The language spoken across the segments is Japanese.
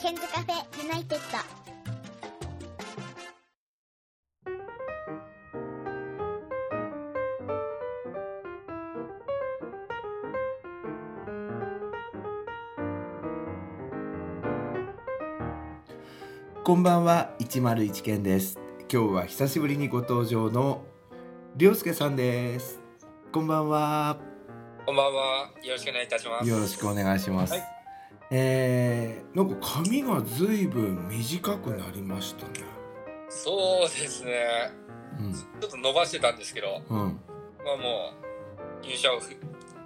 ケンズカフェユナイテッド。こんばんは101件です今日は久しぶりにご登場のりょうすけさんですこんばんはこんばんは。よろしくお願いいたします。よろしくお願いします、はいえー、なんか髪がずいぶん短くなりましたねそうですね。ちょっと伸ばしてたんですけど、うんうんまあもう入社をふ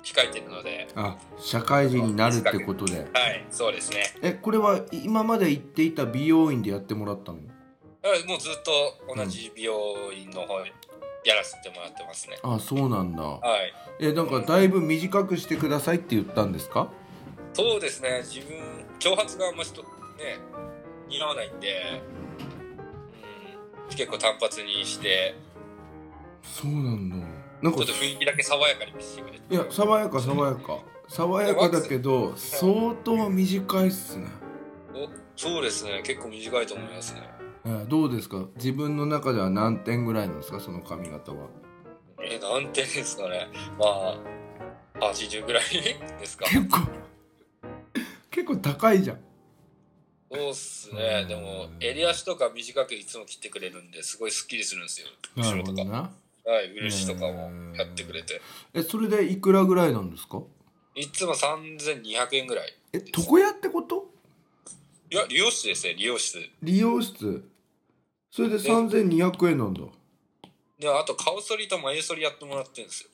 控えてるので、あ社会人になるってことではい、そうですね。えこれは今まで行っていた美容院でやってもらったのだからもうずっと同じ美容院の方やらせてもらってますね。あそうなんだはい。えなんかだいぶ短くしてくださいって言ったんですかそうですね。自分長髪があんましとね似合わないんで、うん、結構単発にして、そうなんだなんちかょっと雰囲気だけ爽やかに見せてくれて。いや爽やか爽やか爽やかだけど相当短いっすね、おそうですね。結構短いと思いますね。えーどうですか自分の中では何点ぐらいなんですかその髪型はえー、何点ですかね。まあ、80ぐらいですか。結構結構高いじゃんそうっすね。でも、襟足とか短くいつも切ってくれるんで、すごいスッキリするんですよ。後ろとか。なはい、漆とかもやってくれて。えそれでいくらぐらいなんですかいつも3200円ぐらい。え床屋ってこといや、理容室ですね、理容室。理容室それで3200円なんだで、あと、顔剃りと眉剃りやってもらってるんですよ。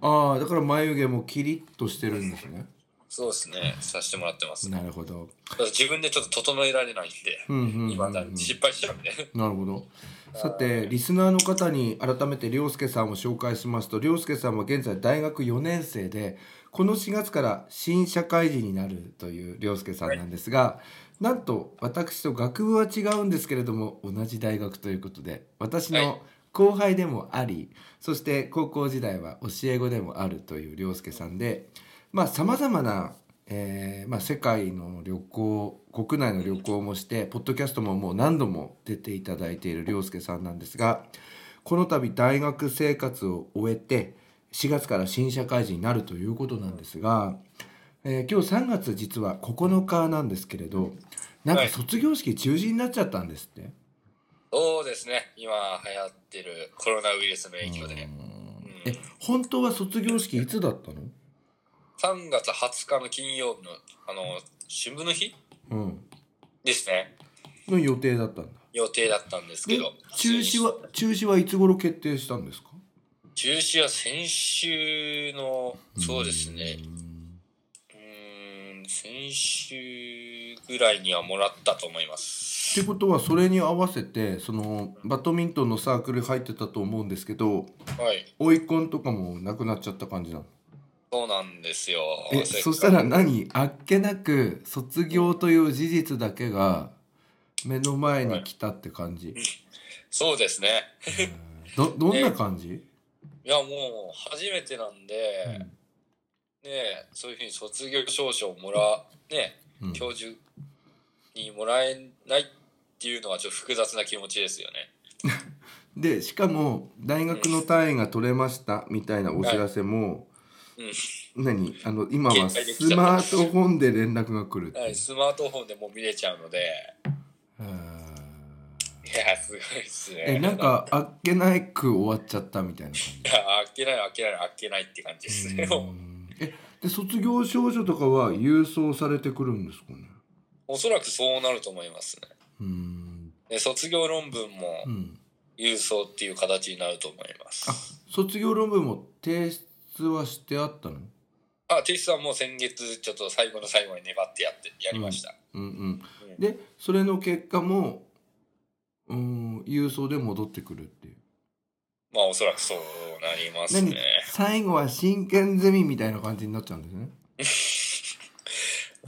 ああだから眉毛もキリッとしてるんですねそうですね、させてもらってます。なるほどただ自分でちょっと整えられないんで、うんうんうん、うん、今だ、失敗しちゃうんで。 なるほど。さてリスナーの方に改めて涼介さんを紹介しますと涼介さんは現在大学4年生でこの4月から新社会人になるという涼介さんなんですが、なんと私と学部は違うんですけれども同じ大学ということで私はいの後輩でもありそして高校時代は教え子でもあるという涼介さんでまあさまざまな、えーまあ、世界の旅行国内の旅行もしてポッドキャストももう何度も出ていただいている涼介さんなんですがこの度大学生活を終えて4月から新社会人になるということなんですが、えー今日3月実は9日なんですけれどなんか卒業式中止になっちゃったんですって。そうですね、今流行ってるコロナウイルスの影響で。え本当は卒業式いつだったの3月20日の金曜日の、あの、春分の日うんですね。の予定だったんだ予定だったんですけでど。中止は中止はいつ頃決定したんですか中止は先週の、そうですね。うーん、先週ぐらいにはもらったと思います。ってことはそれに合わせてそのバドミントンのサークル入ってたと思うんですけどはい。オイコンとかもなくなっちゃった感じなのそうなんですよ。えせっかくそしたら何あっけなく卒業という事実だけが目の前に来たって感じ、そうですね。どどんな感じ、いや、もう、初めてなんで、ねえそういうふうに卒業証書をもら、ねえうん教授にもらえないっていうのはちょっと複雑な気持ちですよね。でしかも大学の単位が取れましたみたいなお知らせも、何あの今は携帯でス来ちゃマったートフォンで連絡が来るってはい、スマートフォンでもう見れちゃうので、うんいや、すごいですね。えなんかあっけないく終わっちゃったみたいな感じいや、あっけない、あっけない、あっけないって感じです ね。もうえで卒業証書とかは郵送されてくるんですかねおそらくそうなると思いますね。うーんで卒業論文もうん郵送っていう形になると思います。卒業論文も提出はしてあったのあ、ティスはもう先月、ちょっと最後の最後に粘ってやって、やりました。うんうんでそれの結果もうーん郵送で戻ってくるっていうまあ、おそらくそうなります何ね。最後は真剣ゼミみたいな感じになっちゃうんですね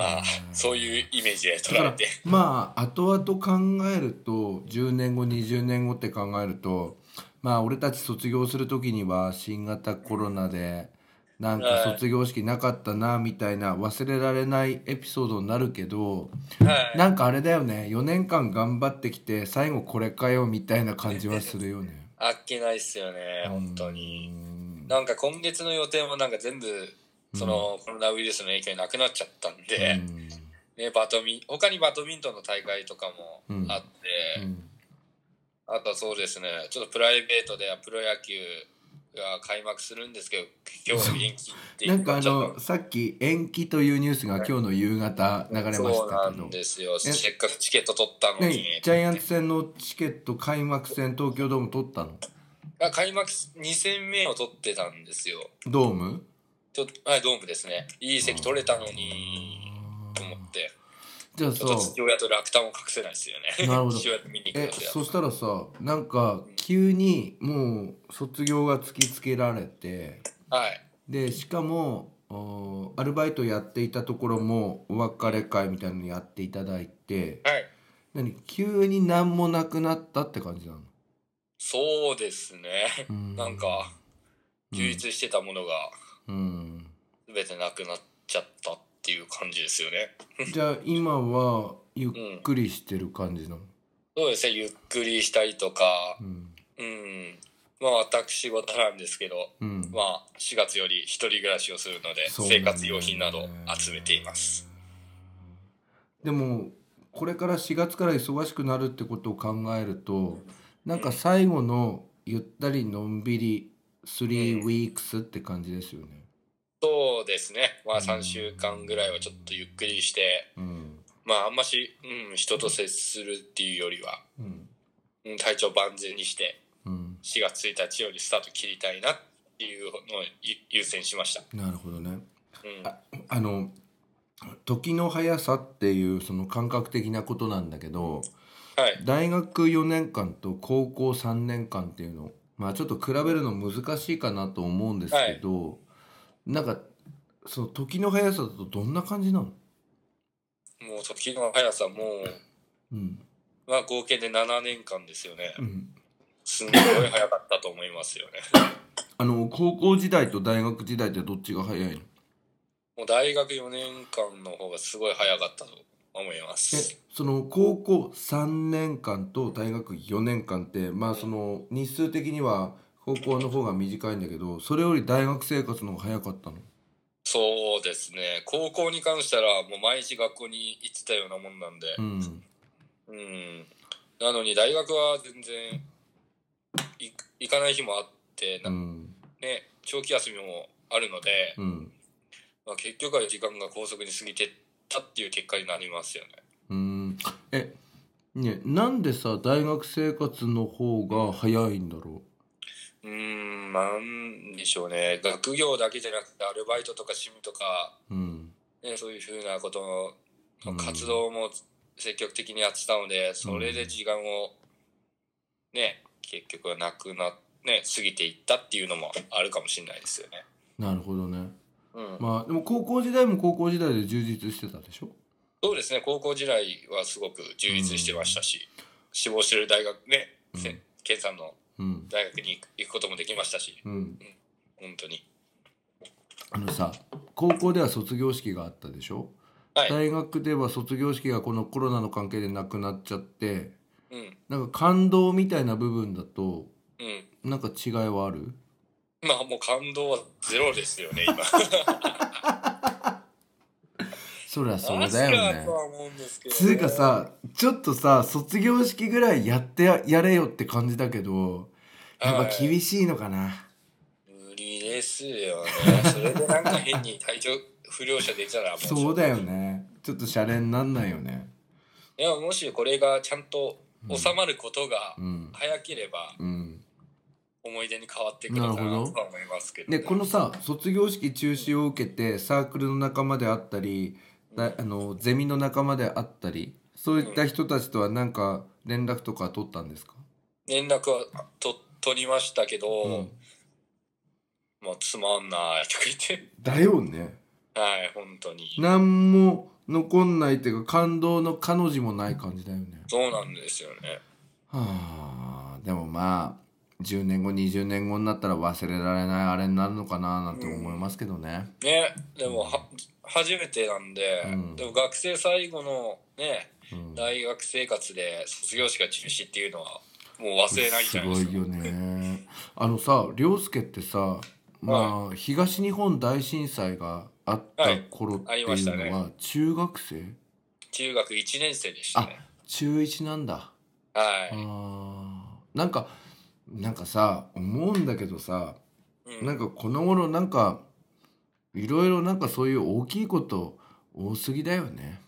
あそういうイメージでだ取かられらて。まあ後々考えると10年後20年後って考えるとまあ俺たち卒業する時には新型コロナでなんかはい卒業式なかったなみたいな忘れられないエピソードになるけどはい。なんかあれだよね4年間頑張ってきて最後これかよみたいな感じはするよね。あっけないっすよね、本当に。うんなんか今月の予定もなんか全部、そのコロナウイルスの影響になくなっちゃったんで、ね、バドミン、他にバドミントンの大会とかもうんあって、うんあとはそうですね、ちょっとプライベートではプロ野球が開幕するんですけど、今日は延期っていなんうかあちょっのさっき延期というニュースが今日の夕方流れまとしたけどそうなんですよ。えせっかくチケット取ったのに。ね、ジャイアンツ戦のチケット開幕戦東京ドーム取ったのあ開幕2戦目を取ってたんですよ。ドームちょっと、はい、ドームですね。いい席取れたのに、と思って。じゃあちょっとさ父親と落胆を隠せないですよね。なるほど父親と見に行くえやつやそしたらさなんか急にもう卒業が突きつけられてはい。でしかもおアルバイトやっていたところもお別れ会みたいなのやっていただいてはい。何急に何もなくなったって感じなのそうですね。うんなんか、うん充実してたものがうん全てなくなっちゃったっていう感じですよね。じゃあ今はゆっくりしてる感じなの、そうですね。ゆっくりしたりとかう、んうん。まあ私事なんですけど、うん、まあ4月より一人暮らしをするので、そうな生んだよね活用品などを集めています。でもこれから4月から忙しくなるってことを考えるとなんか最後のゆったりのんびり3 weeks って感じですよね。そうですね。まあ3週間ぐらいはちょっとゆっくりして、うんまああんまし、うん、人と接するっていうよりは、うんうん体調万全にして、うん、 4月1日よりスタート切りたいなっていうのをゆ優先しました。なるほどね。うん。ああの時の速さっていうその感覚的なことなんだけどはい。大学4年間と高校3年間っていうのまあちょっと比べるの難しいかなと思うんですけど、なんかその時の速さだとどんな感じなの、もう時の速さもうんう、まあ合計で7年間ですよねう。ん、すんごい早かったと思いますよね。あの高校時代と大学時代ってどっちが速いのもう大学4年間の方がすごい早かったと思いまえす。その高校3年間と大学4年間ってまあその日数的には高校の方が短いんだけどそれより大学生活の方が早かったのそうですね。高校に関したらもう毎日学校に行ってたようなもんなんで、うんうん、なのに大学は全然い行かない日もあって、うなね、ん長期休みもあるので、うんまあ、結局は時間が高速に過ぎてったっていう結果になりますよね。うんえねなんでさ大学生活の方が早いんだろうーん、なんでしょうね。学業だけじゃなくてアルバイトとか趣味とか、ううんね、そういうふうなことの活動も積極的にやってたので、それで時間をね、結局はなくなね、過ぎていったっていうのもあるかもしれないですよね。なるほどねうんまあでも高校時代も高校時代で充実してたでしょそうですね、高校時代はすごく充実してましたし、志望してる大学ね、せうんケンさんのうん大学に行く行くこともできましたし、うん本当に。あのさ高校では卒業式があったでしょ、はい大学では卒業式がこのコロナの関係でなくなっちゃってうん、なんか感動みたいな部分だとうん。なんか違いはあるまあもう感動はゼロですよね、 今。そりゃそうだよマジかねと。は思うんですけど、つうか、さちょっとさ卒業式ぐらいやってややれよって感じだけどやっぱ厳しいのかな、無理ですよね。それでなんか変に体調不良者出たらもう、そうだよねちょっとシャレになんないよねいや、もしこれがちゃんと収まることがうん早ければ、うん思い出に変わってくるかなとなるはほど思いますけど、でこのさ卒業式中止を受けてサークルの仲間であったりだあのゼミの仲間であったりそういった人たちとは何か連絡とか取ったんですか、連絡はと取りましたけど、うん、もうつまんないとか言って、だよねはい、本当に。何も残んないっていうか感動の彼女もない感じだよねそうなんですよね。はあでもまあ10年後20年後になったら忘れられないあれになるのかななんて思いますけどね。ねでもは初めてなんで、うんでも学生最後のねうん大学生活で卒業式が中止っていうのはもう忘れないんじすゃないでごすかいよね。あのさ涼介ってさまあ、東日本大震災があった頃ってはいいありましたうのは、ね中学生中学1年生でしたね中1なんだ。はあい、ーなんかなんかさ思うんだけどさうんなんかこの頃なんかいろいろなんかそういう大きいこと多すぎだよね。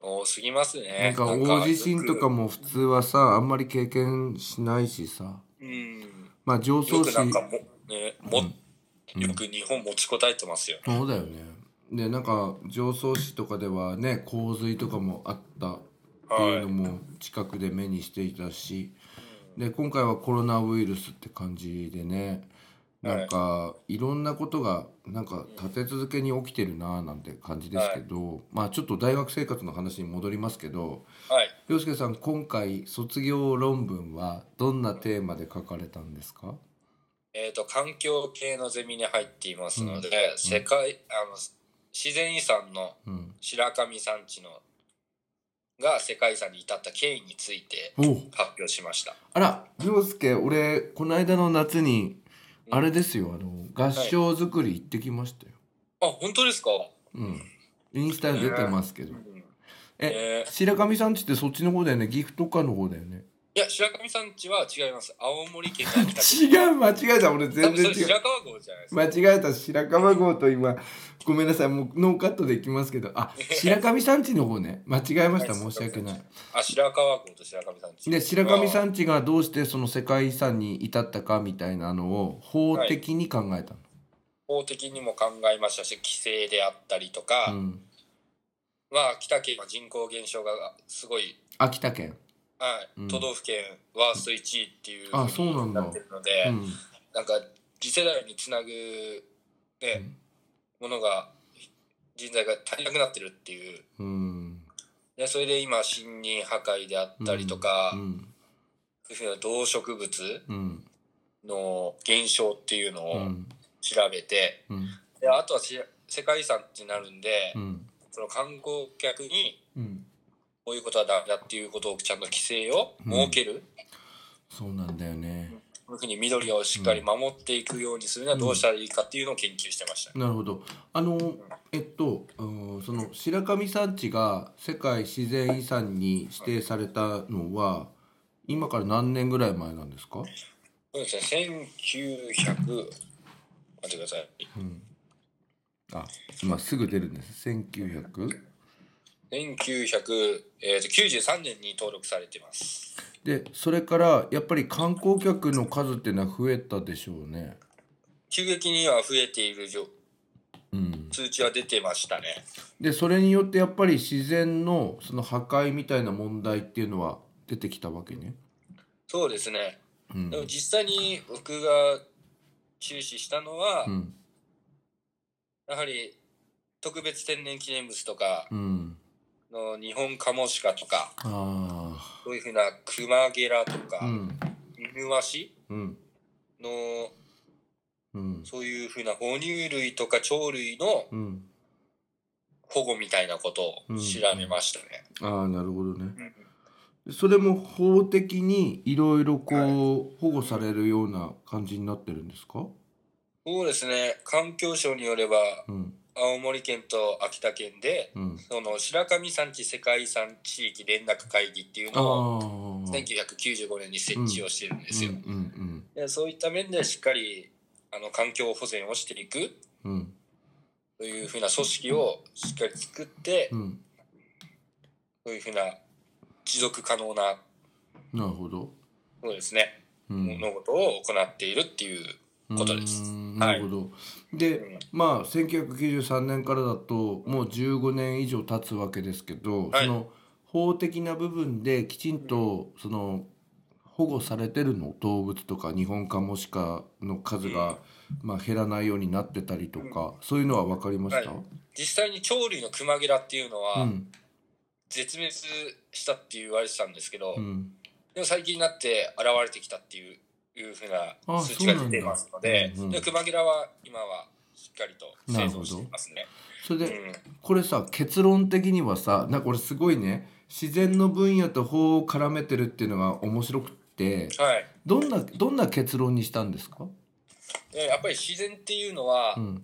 多すぎますなんねか大地震とかも、も普通はさあんまり経験しないしさうん、まあ常よ総く市なんかも、ねもうんよく日本持ちこたえてますよね、そうだよね。でなんか常総市とかではね洪水とかもあったっていうのも近くで目にしていたし、で今回はコロナウイルスって感じでねなんか、い、ろんなことがなんか立て続けに起きてるなあなんて感じですけど、まあちょっと大学生活の話に戻りますけどはい洋介さん今回卒業論文はどんなテーマで書かれたんですかえー、と環境系のゼミに入っていますので、世界あの自然遺産のうん、白神山地のが世界遺産に至った経緯についておう発表しました。あら洋介俺この間の夏にうんあれですよあの合唱作り行ってきましたよ、あ本当ですか、うん、インスタに出てますけど、えー白神さんちってそっちの方だよね岐阜とかの方だよねいや白神山地は違います青森県の北区 違う間違えた俺多全然分それ違う白川郷じゃないですか、間違えた白川郷と今ごめんなさいもうノーカットでいきますけどあ白神山地の方ね間違えました申し訳ないあ白川郷と白神山地で白神あ山地がどうしてその世界遺産に至ったかみたいなのを法的に考えたの、法的にも考えましたし規制であったりとか、うん、まあ北県は人口減少がすごい秋田県はいうん都道府県ワースト1位っていうあそうなんだなってるので、うんなんか次世代につなぐ、ねものが人材が足りなくなってるっていううんでそれで今森林破壊であったりとか、うんそういうふうな動植物うんの減少っていうのうをん調べて、うんであとはし世界遺産ってなるんで、うんその観光客にうんこういうことはダメだっていうことをちゃんと規制を設ける。そうなんだよねこういうふうに緑をしっかり守っていくようにするにはどうしたらいいかっていうのを研究してました、なるほどあのえっとうんその白神山地が世界自然遺産に指定されたのは今から何年ぐらい前なんですか、そうですね1900待ってくださいうん、あ今すぐ出るんです1900 1993年に登録されてますでそれからやっぱり観光客の数っていうのは増えたでしょうね急激には増えている状うん通知は出てましたねでそれによってやっぱり自然のその破壊みたいな問題っていうのは出てきたわけねそうですねうんでも実際に僕が注視したのは、うんやはり特別天然記念物とかうんの日本カモシカとかあそういうふうなクマゲラとか、あうん犬ワシうんのうんそういうふうな哺乳類とか鳥類のうん保護みたいなことを調べましたね。ああなるほどねうんそれも法的にいろいろこう保護されるような感じになってるんですかそうですね環境省によればうん青森県と秋田県でうんその白神山地世界遺産地域連絡会議っていうあのをあ1995年に設置をしてるんですよ。うんでそういった面でしっかりあの環境保全をしていくうんうんというふうな組織をしっかり作ってうんそういうふうな持続可能ななるほどそうですねうん物事を行っているっていうことですうんなはいるほどでまあ1993年からだともう15年以上経つわけですけどはいその法的な部分できちんとその保護されてるの動物とか日本カモシカの数がまあ減らないようになってたりとかそういうのは分かりましたは実際に鳥類のクマゲラっていうのうはん絶滅したって言われてたんですけど、うんでも最近になって現れてきたっていういうふうなあ数値が出ていますので、そうなんだうんうんで熊切らは今はしっかりと生存していますね。それうでん、これさ結論的にはさなんか俺すごいね自然の分野と法を絡めてるっていうのが面白くってはいどんなどんな結論にしたんですか、でやっぱり自然っていうのはうん、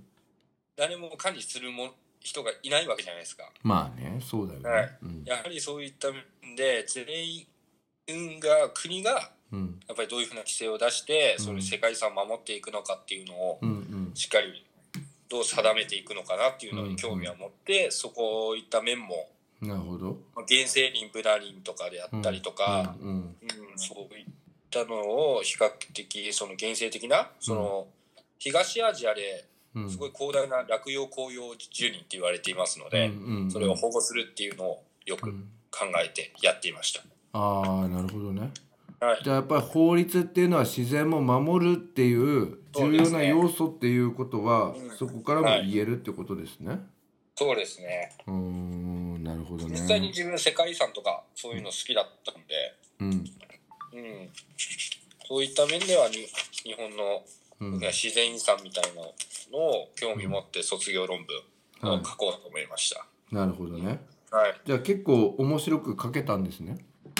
誰も管理するも人がいないわけじゃないですか。まあねそうだよね、はいうんやはりそういった面で全員が国がうんやっぱりどういうふうな規制を出してうんそれ世界遺産を守っていくのかっていうのをうんうんしっかりどう定めていくのかなっていうのうんに興味は持ってそこいった面もなるほど。まあ原生林ブラリンとかであったりとか、うんうんうんそういったのを比較的その原生的なその東アジアでうん、すごい広大な落葉紅葉樹林って言われていますのうんで、うんうんそれを保護するっていうのをようくん考えてやっていました。ああなるほどね。はい、じゃあやっぱり法律っていうのは自然も守るっていうそ重うで要すなね要素っていうことはそ,、うんこからもはい言えるってことですね。そうですね。うーんなるほどね。実際に自分世界遺産とかそういうの好きだったんで、うんうん、そういった面ではに日本のうん自然遺産みたいなのを興味持って卒業論文を書こうと思いました。なるほどね。はい、じゃあ結構面白く書けたんですね。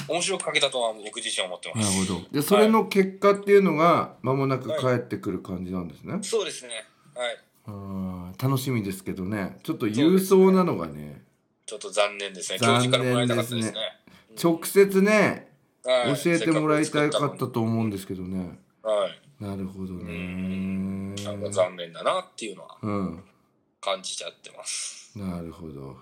面白く書けたとは僕自身は思ってます。ほど。でそれの結果っていうのが間もなく帰ってくる感じなんですね。そうですね。はい、あー楽しみですけどねちょっと郵送なのがねちょっと残念ですね。残教念授からもらえなかったでですすねね。直接ねはい教えてもらいたかっ。せっくたと思うんですけどね。作ったはい、なるほどうねん。なんか残念だなっていうのはうん、感じちゃってます。なるほど。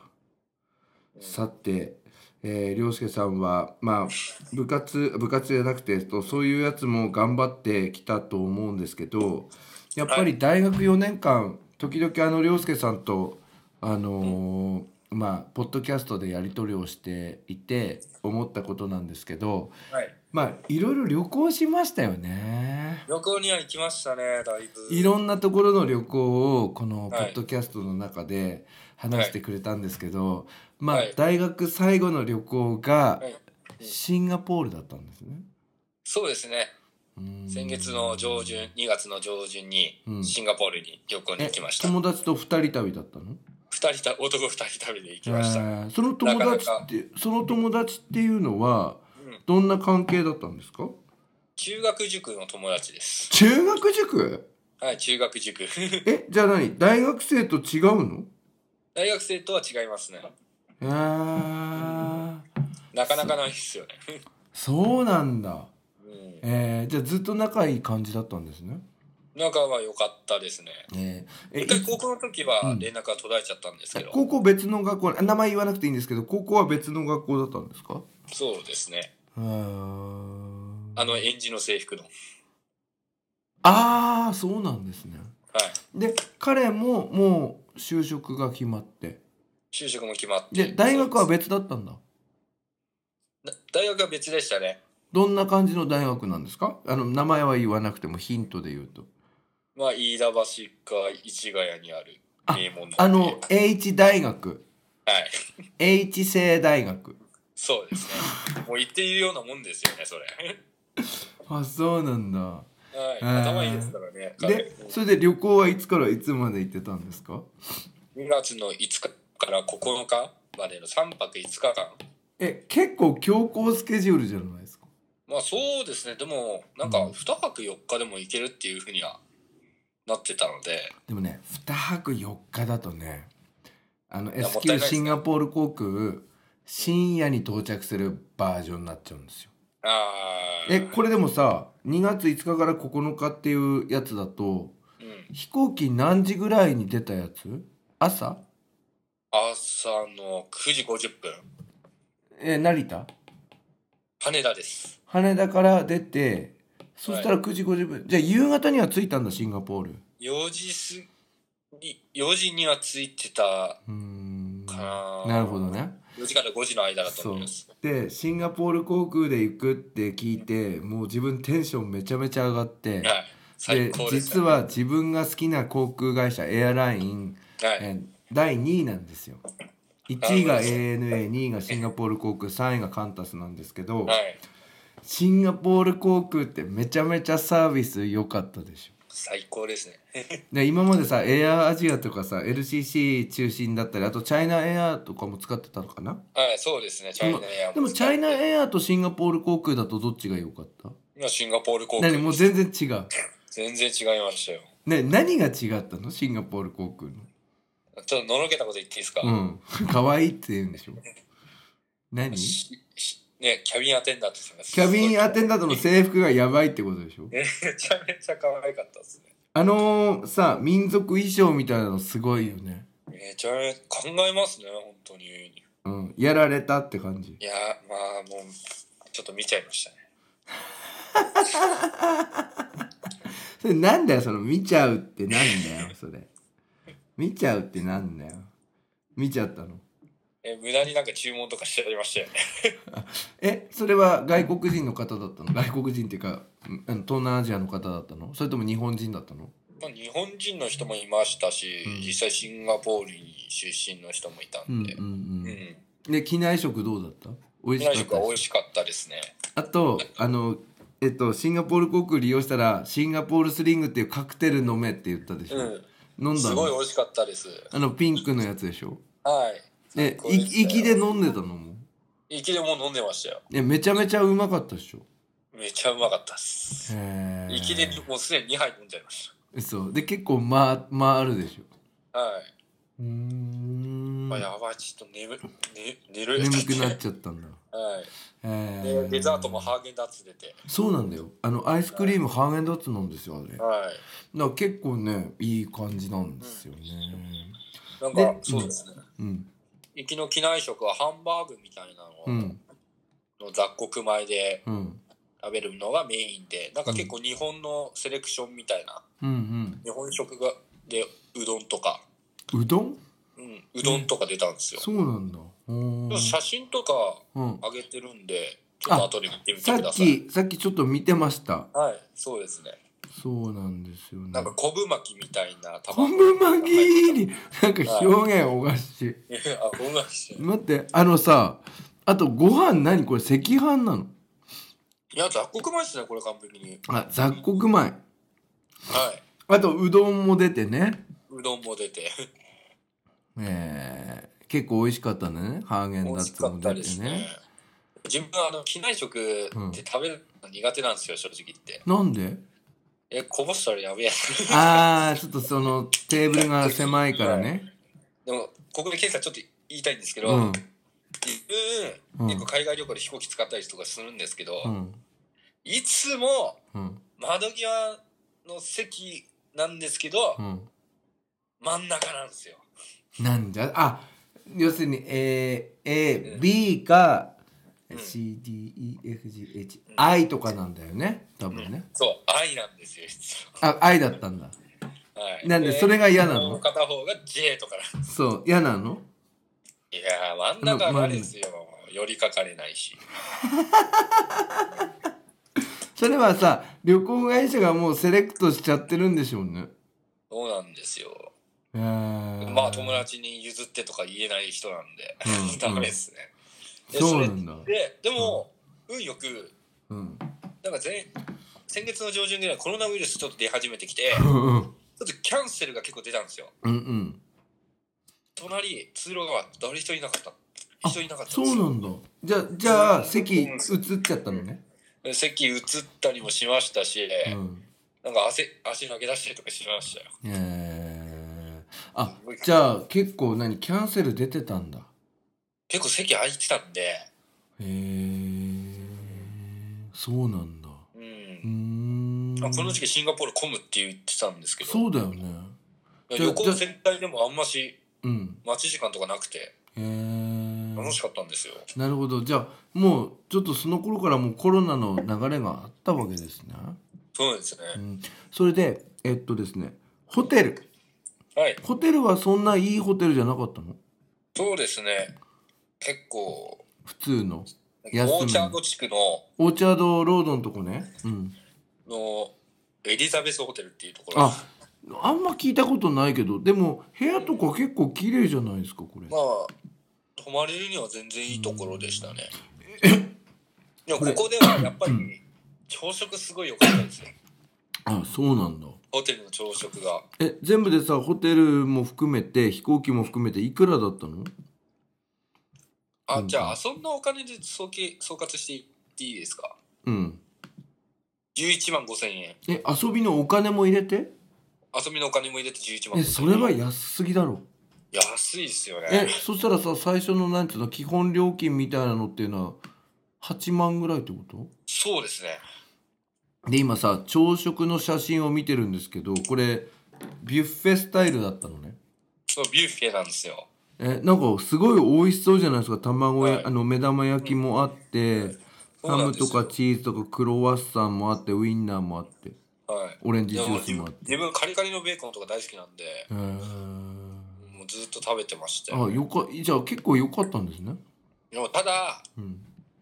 さて、えー、涼介さんは、まあ、部活、部活じゃなくて、とそういうやつも頑張ってきたと思うんですけど、やっぱり大学4年間、時々あの涼介さんと、あのーまあ、ポッドキャストでやり取りをしていて思ったことなんですけど、はい。まあ、いろいろ旅行しましたよね。旅行には行きましたね、だいぶ。いろんなところの旅行をこのポはいッドキャストの中で話してくれたんですけど、まあ、はい大学最後の旅行がはいシンガポールだったんですね。そうですね。うん先月の上旬、2月の上旬にうんシンガポールに旅行に行きました。え二友達と二人旅だったの人た男二人旅で行きました。えーその友達なかってその友達っていうのはうんどんな関係だったんですか中学塾の友達です。中学塾はい、中学塾。 えじゃあ何大学生と違うの大学生とは違いますね。えー、なかなかないですよね。そうなんだ。うん、えー、じゃあずっと仲いい感じだったんですね。仲は良かったですね。ねええ一回高校の時は連絡が途絶えちゃったんですけど、高校別の学校あ名前言わなくていいんですけど高校は別の学校だったんですかそうですね。うーんあの、園児の制服の。はい。ああそうなんですねで彼ももう就職が決まって就職も決まって。で大学は別だったんだな大学は別でしたね。どんな感じの大学なんですかあの名前は言わなくてもヒントで言うとまあ、飯田橋か市ヶ谷にある名門の。あのは H 大学い。 H 生大学そうです ね。もう言っているようなもんですよね、それ。あそうなんだはい。うん頭いいですからね。彼でそれで旅行はいつからいつまで行ってたんですか2月の5日から9日までの3泊5日間。え結構強行スケジュールじゃないですかまあそうですね。でも、なんか2泊4日でも行けるっていうふうにはなってたので、でもね2泊4日だとねあのいや S もったいな級いですねシンガポール航空深夜に到着するバージョンになっちゃうんですよ。あーえこれでもさ2月5日から9日っていうやつだとうん、飛行機何時ぐらいに出たやつ朝朝の9時50分、え成田羽田です。羽田から出てそしたら9時50分、じゃあ夕方には着いたんだシンガポール。う4時すぎ、4時には着いてたーんかな。なるほど。ね。 4時から5時の間だと思います。でシンガポール航空で行くって聞いてもう自分テンションめちゃめちゃ上がって、はい。最で高です、ね。実は自分が好きな航空会社エアライン、はい、えー第2位なんですよ1位が ANA2 位がシンガポール航空3位がカンタスなんですけど、はい。シンガポール航空ってめちゃめちゃサービス良かったでしょ最高ですね。で今までさエアアジアとかさ LCC 中心だったりあとチャイナエアとかも使ってたのかなはい、そうですね。チャイナエアでもチャイナエア。エアとシンガポール航空だとどっちが良かった今シンガポール航空何もう全然違う、全然違いましたよ。ね、何が違ったのシンガポール航空のちょっとのろけたこと言っていいですか、うん可愛いって言うんでしょ何キししね、キャビンアテンダントさんがすごいャビンアテンダントの制服がやばいってことでしょめちゃめちゃ可愛かったですね。あのーさ民族衣装みたいなのすごいよねめちゃめちゃ考えますね、本当に。いうんやられたって感じや、まあもう、ちょっと見ちゃいましたね。それなんだよその見ちゃうってなんだよそれ見ちゃうってなんだよ見ちゃったのえ無駄になんか注文とかしちゃいましたよね。 えそれは外国人の方だったの外国人っていうかうんあの東南アジアの方だったのそれとも日本人だったのまあ、日本人の人もいましたし、うん実際シンガポールに出身の人もいたうんんで、ううんんうんで機内食どうだった美味機しかっ内た食は美味しかったですね。あとあのえっとシンガポール航空利用したらシンガポールスリングっていうカクテル飲めって言ったでしょ、う飲ん、んだすごいの美味しかったです。あのピンクのやつでしょはい。で最高したいよきで飲んでたのも息でもう飲んでましたよ。いやめちゃめちゃうまかったでしょめちゃうまかったです。へえ息でもうすでに2杯飲んじゃいましそうで結構ままあるでしょた。はい。うーんまあ、眠やばい、ちょっと眠、ね、寝る。くなっちゃったんだ はい。へでえデザートもハーゲンダッツ出て。そうなんだよあのアイスクリームハーゲンダッツなんですよあれだかはい。ら結構ねいい感じなんですよねなんでか、そうですね。うん息の機内食はハンバーグみたいなうのんをの雑穀米でうん食べるのがメインでなんか結構日本のセレクションみたいなうん日本食がでうどんとか、うんうどんうん、うどんとか出たんですよ、そうなんだうんでも写真とかうん上げてるんでちょっと後で見てみてさくっださいきさっきちょっと見てましたはいそうですねそうなんですよねなんか昆布巻きみたいな昆卵布巻きになんか表現おかしい あ昆布巻きい待ってあのさあとご飯何これ赤飯なのや雑穀米ですねこれ完璧にあ雑穀米はいあとうどんも出てねうどんも 出てえー、結構美味しかったんだねハーゲン美ダッ味しツかもった出でてすねね自分あの機内食って食べるの苦手なんですよ正直言ってなんでえこぼしたらやべえあーちょっとそのテーブルが狭いからね、でもここでケンさんちょっと言いたいんですけど、うん自うん分結構海外旅行で飛行機使ったりとかするんですけど、うんいつもうん窓際の席なんですけど、うん真ん中なんですよなんじゃあ要するに AAB、うん B かうん CDEFGHI とかなんだよね多分ね、そう愛なんですよいつあ I だったんだも、はい、なんでそれが嫌なのもう片方が J とかなんですそう嫌なのいやー真ん中がですよ寄りかかれないしそれはさ旅行会社がもうセレクトしちゃってるんでしょうねそうなんですよままあ友達に譲ってとか言えない人なんで、うんダメですね、でそうなんだそれででも、運よくうんなんか前先月の上旬ぐらいコロナウイルスちょっと出始めてきて、ちうょんうんっとキャンセルが結構出たんですよ。うん隣、通路側、誰一人いなかった。あ一人いなかったんそですうなよ。んだじゃあじゃあ席移っちゃったのね席移ったりもしましたし、うんなんか足足投げ出したりとかしましたよ。えー、あじゃあ結構何キャンセル出てたんだ結構席空いてたんで、へえそうなんだううーん。んあこの時期シンガポール混むって言ってたんですけど、そうだよねじゃ旅行全体でもあんましうん待ち時間とかなくて、へえ楽しかったんですよ。なるほどじゃあもうちょっとその頃からもうコロナの流れがあったわけですね、そうですうね。ん、それでえっとですねホテルはい。ホテルはそんないいホテルじゃなかったのそうですね。結構、普通のオ休みーチャード地区の、オーチャードロードのとこねうんのエリザベスホテルっていうところああんま聞いたことないけどでも部屋とか結構綺麗じゃないですかこれまあ泊まれるには全然いいところでしたねでもこれここではやっぱり朝食すごい良かったですね。あそうなんだホテルの朝食が。え全部でさホテルも含めて飛行機も含めていくらだったのあう、んじゃあ、そんなお金で総計総括していっていいですかうん ?11 万5千円。え遊びのお金も入れて遊びのお金も入れて11万え5千円。それは安すぎだろ安いですよえね。そしたらさ最初のなんていうの基本料金みたいなのっていうのは8万ぐらいってことそうですね。で今さ朝食の写真を見てるんですけどこれビュッフェスタイルだったのねそう、ビュッフェなんですよ。えなんかすごい美味しそうじゃないですか卵や、はいあの目玉焼きもあってそうハなムんですとよかチーズとかクロワッサンもあってウインナーもあってはい。オレンジいジやュもうース自もあ分って自分カリカリのベーコンとか大好きなんで、へーもうずっと食べてまして。あよかじゃあ結構良かったんですね、でもただ、うん、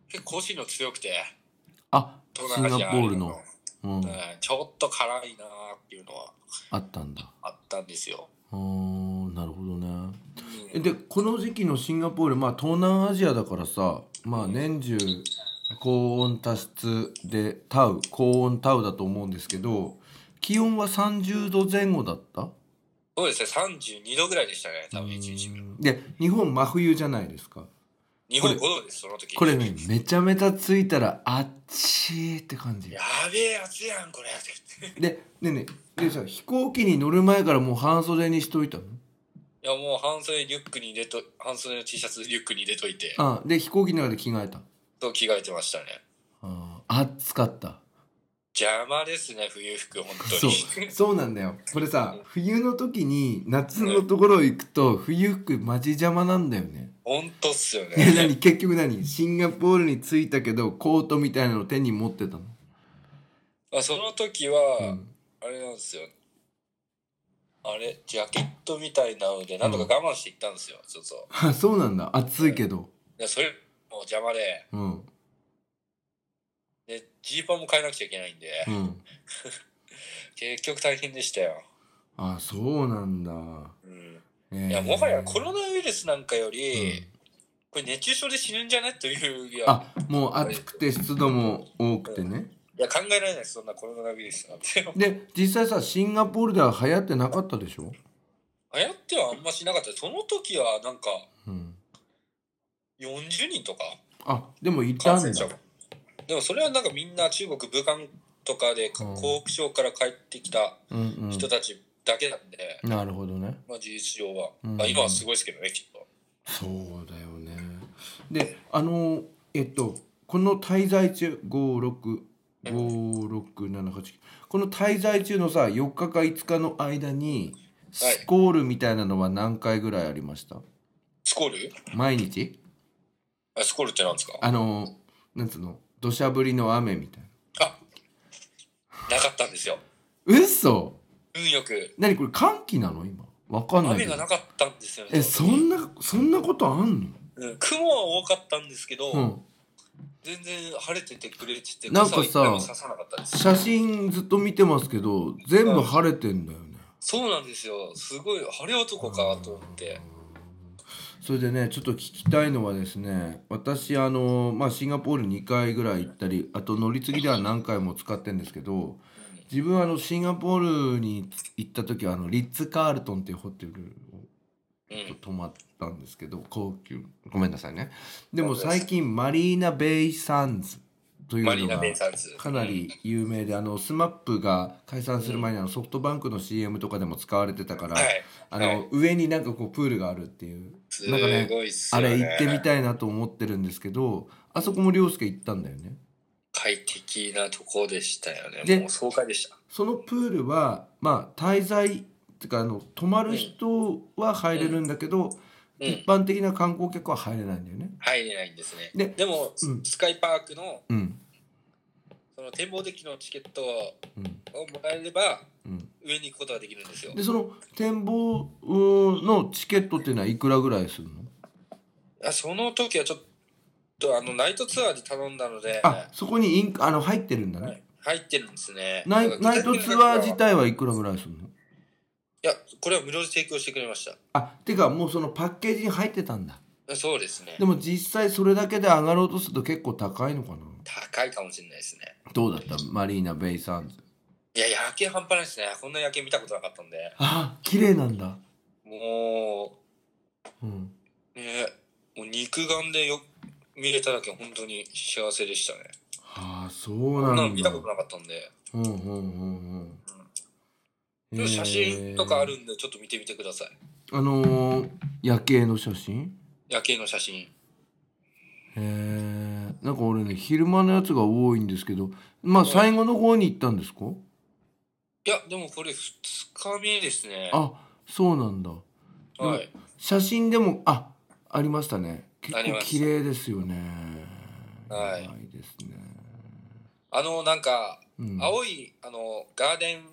結構香辛料強くて、あ東シン南ガアジアポールの、うん、はいちょっと辛いなーっていうのはあったんだあったんですよ。あーなるほどねうんえでこの時期のシンガポールまあ東南アジアだからさまあ年中高温多湿でタウ高温タウだと思うんですけど気温は30度前後だったそうですね、32度ぐらいでしたね、多分1日目。で日本真冬じゃないですか日本5度です、その時。これねめちゃめちゃついたらあっちーって感じやべえやつやん、これ。いでねねでさ飛行機に乗る前からもう半袖にしといたのや、もう半袖リュックに入れと、半袖の T シャツリュックに入れといて、あで飛行機の中で着替えたと着替えてましたね。あー暑かった邪魔ですね、冬服、本当そうに。そうなんだよこれさ冬の時に夏のところ行くと冬服マジ邪魔なんだよね本当っすよえね。何結局何シンガポールに着いたけどコートみたいなの手に持ってたの、まあ、その時うは、ん、あれなんですよ。あれ、ジャケットみたいなので、なんとか我慢していったんですよ、そうそう。あそうなんだ暑いけどでそれ、もう邪魔で、うんで、ジーパンも変えなくちゃいけないんでう、ん結局大変でしたよ。あそうなんだ、うんえいや、もはやコロナウイルスなんかよナり、これ熱中症で死ぬんじゃねといういやあもう暑くて湿度も多くてねいや考えられないです、そんなコロナウイルスなんて。 で実際さシンガポールでは流行ってなかったでしょ、流行ってはあんましなかった。その時はなんかうん、 40人とかあでもいた感ん染だ者も。でもそれはなんかみんな中国武漢とかでうん湖北省から帰ってきたうんうん人たちだけなんで、なるほどねまあ事実上は。うんまあ今はすごいですけどね、きっと。そうだよね。で、あの、えっと、この滞在中、五六、五六七八。この滞在中のさ、四日か五日の間に。はいスコールみたいなのは何回ぐらいありました。スコール毎日。あスコールってなんですかあの、なんつうの、土砂降りの雨みたいな。なかったんですよ。嘘。運よく。なにこれ寒気なの、今。わかんないけ雨どが。なかったんですよね。え、そんな、そんなことあんの。うん雲は多かったんですけど、うん。全然晴れててくれててなんかさ傘は一回も刺さなかったです写真ずっと見てますけど、全部晴れてんだよね。そうなんですよすごい晴れ男かと思ってそれでねちょっと聞きたいのはですね私あの、まあ、シンガポール2回ぐらい行ったりあと乗り継ぎでは何回も使ってんですけど自分はあのシンガポールに行った時はあのリッツ・カールトンっていうホテルうん、を泊まったんですけど高級ごめんなさいねでも最近マリーナ・ベイ・サンズというマリのーナ・がベイ・サンズかなり有名であの SMAP が解散する前にあのソフトバンクの CM とかでも使われてたから、はいあの、はい上になんかこうプールがあるっていうすなんかねごいっすあよねれ行ってみたいなと思ってるんですけどあそこも涼介行ったんだよね快適なとこでしたよねでもう爽快でしたそのプールはまあ滞在っていうかあの泊まる人は入れるんだけど、うん一般的な観光客は入れないんだよね入れないんですねででも、うんスカイパークのうんその展望デッキのチケットうんをもらえればうん上に行くことができるんですよでその展望のチケットっていうのはいくらぐらいするのあその時はちょっとあのナイトツアーで頼んだのであそこにインあの入ってるんだね、はい入ってるんですねナだイからナイトツアー自い体はいくらぐらいするのやこれは無料で提供してくれましたあてかもうそのパッケージに入ってたんだそうですねでも実際それだけで上がろうとすると結構高いのかな高いかもしれないですねどうだったマリーナ・ベイ・サンズいや夜景半端ないですねこんな夜景見たことなかったんであ綺麗なんだもうんうねもう肉眼でよ見れただけ本当に幸せでしたねああそうこんななのん見だたことなかったんでうんうんうんうんでも写真とかあへるーんでちょっと見てみてくださいあのー夜景の写真夜景の写真へえんか俺ね昼間のやつが多いんですけどまあ最後の方に行ったんですかいやでもこれ2日目ですねあそうなんだはい写真でもあありましたね結あり構ました綺麗ですよねはいやばいですねあのなんかうん青いあのガーデン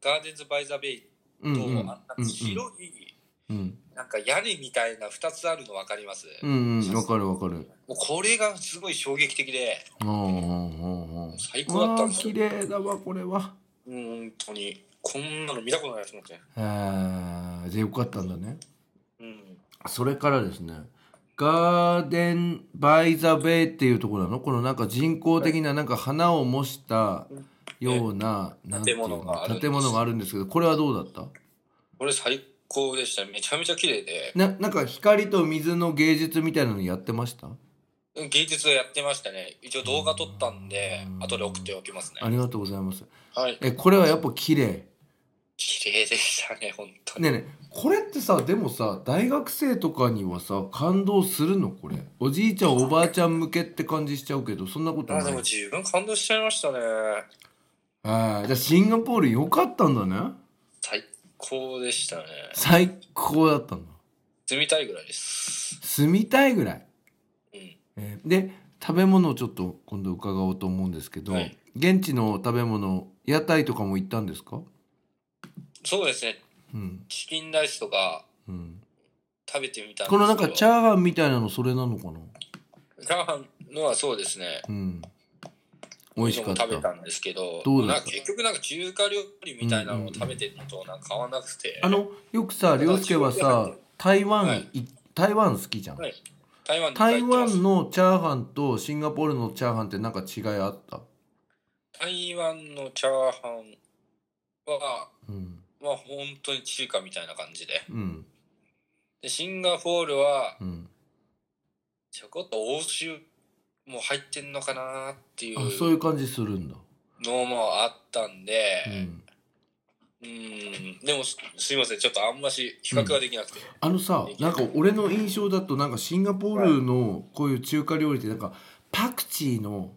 ガーデンズ・バイ・ザ・ベイうんと、うんあんな白いうんなんか屋根みたいな2つあるの分かります、うんうんわかるわかるもうこれがすごい衝撃的であああ最あ高だったあんあです綺よ麗だわこれはうん本当にこんなの見たことないですもんね、あーでよかったんだねうん、それからですねガーデン・バイ・ザ・ベイっていうところなのこのなんか人工的ななんか花を模したようななんていうの建物があるんです建物があるんですけどこれはどうだったこれ最高でしためちゃめちゃ綺麗でななんか光と水の芸術みたいなのやってましたうん芸術をやってましたね一応動画撮ったんでうん後で送っておきますねありがとうございますはいえこれはやっぱ綺麗綺麗でしたね本当に、ねえねえこれってさでもさ大学生とかにはさ感動するのこれおじいちゃんおばあちゃん向けって感じしちゃうけどそんなことなあいでも自分感動しちゃいましたねあーじゃあシンガポール良かったんだね最高でしたね最高だったんだ住みたいぐらいです住みたいぐらい、うんえーで食べ物をちょっと今度伺おうと思うんですけど、はい現地の食べ物屋台とかも行ったんですかそうですねうんチキンライスとかうん食べてみたんですけどこのなんかチャーハンみたいなのそれなのかなチャーハンのはそうですねうん美味しかったいいのも食べたんですけどどうでなすんかか結局なんか中華料理みたいなのを食べてるのとなんか変わらなくて、あのよくさ涼介はさ台湾、はいい台湾好きじゃん、はい台湾に帰っ台てます湾のチャーハンとシンガポールのチャーハンってなんか違いあった、台湾のチャーハンはうんまあ本当に中華みたいな感じでうんでシンガポールはうん、ちょこっと欧州も入ってんのかなっていうあそういう感じするんだ、のもあったんでう、ん、うん、でもすすいませんちょっとあんまし比較ができなくて、あのさなんか俺の印象だとなんかシンガポールのこういう中華料理ってなんかパクチーの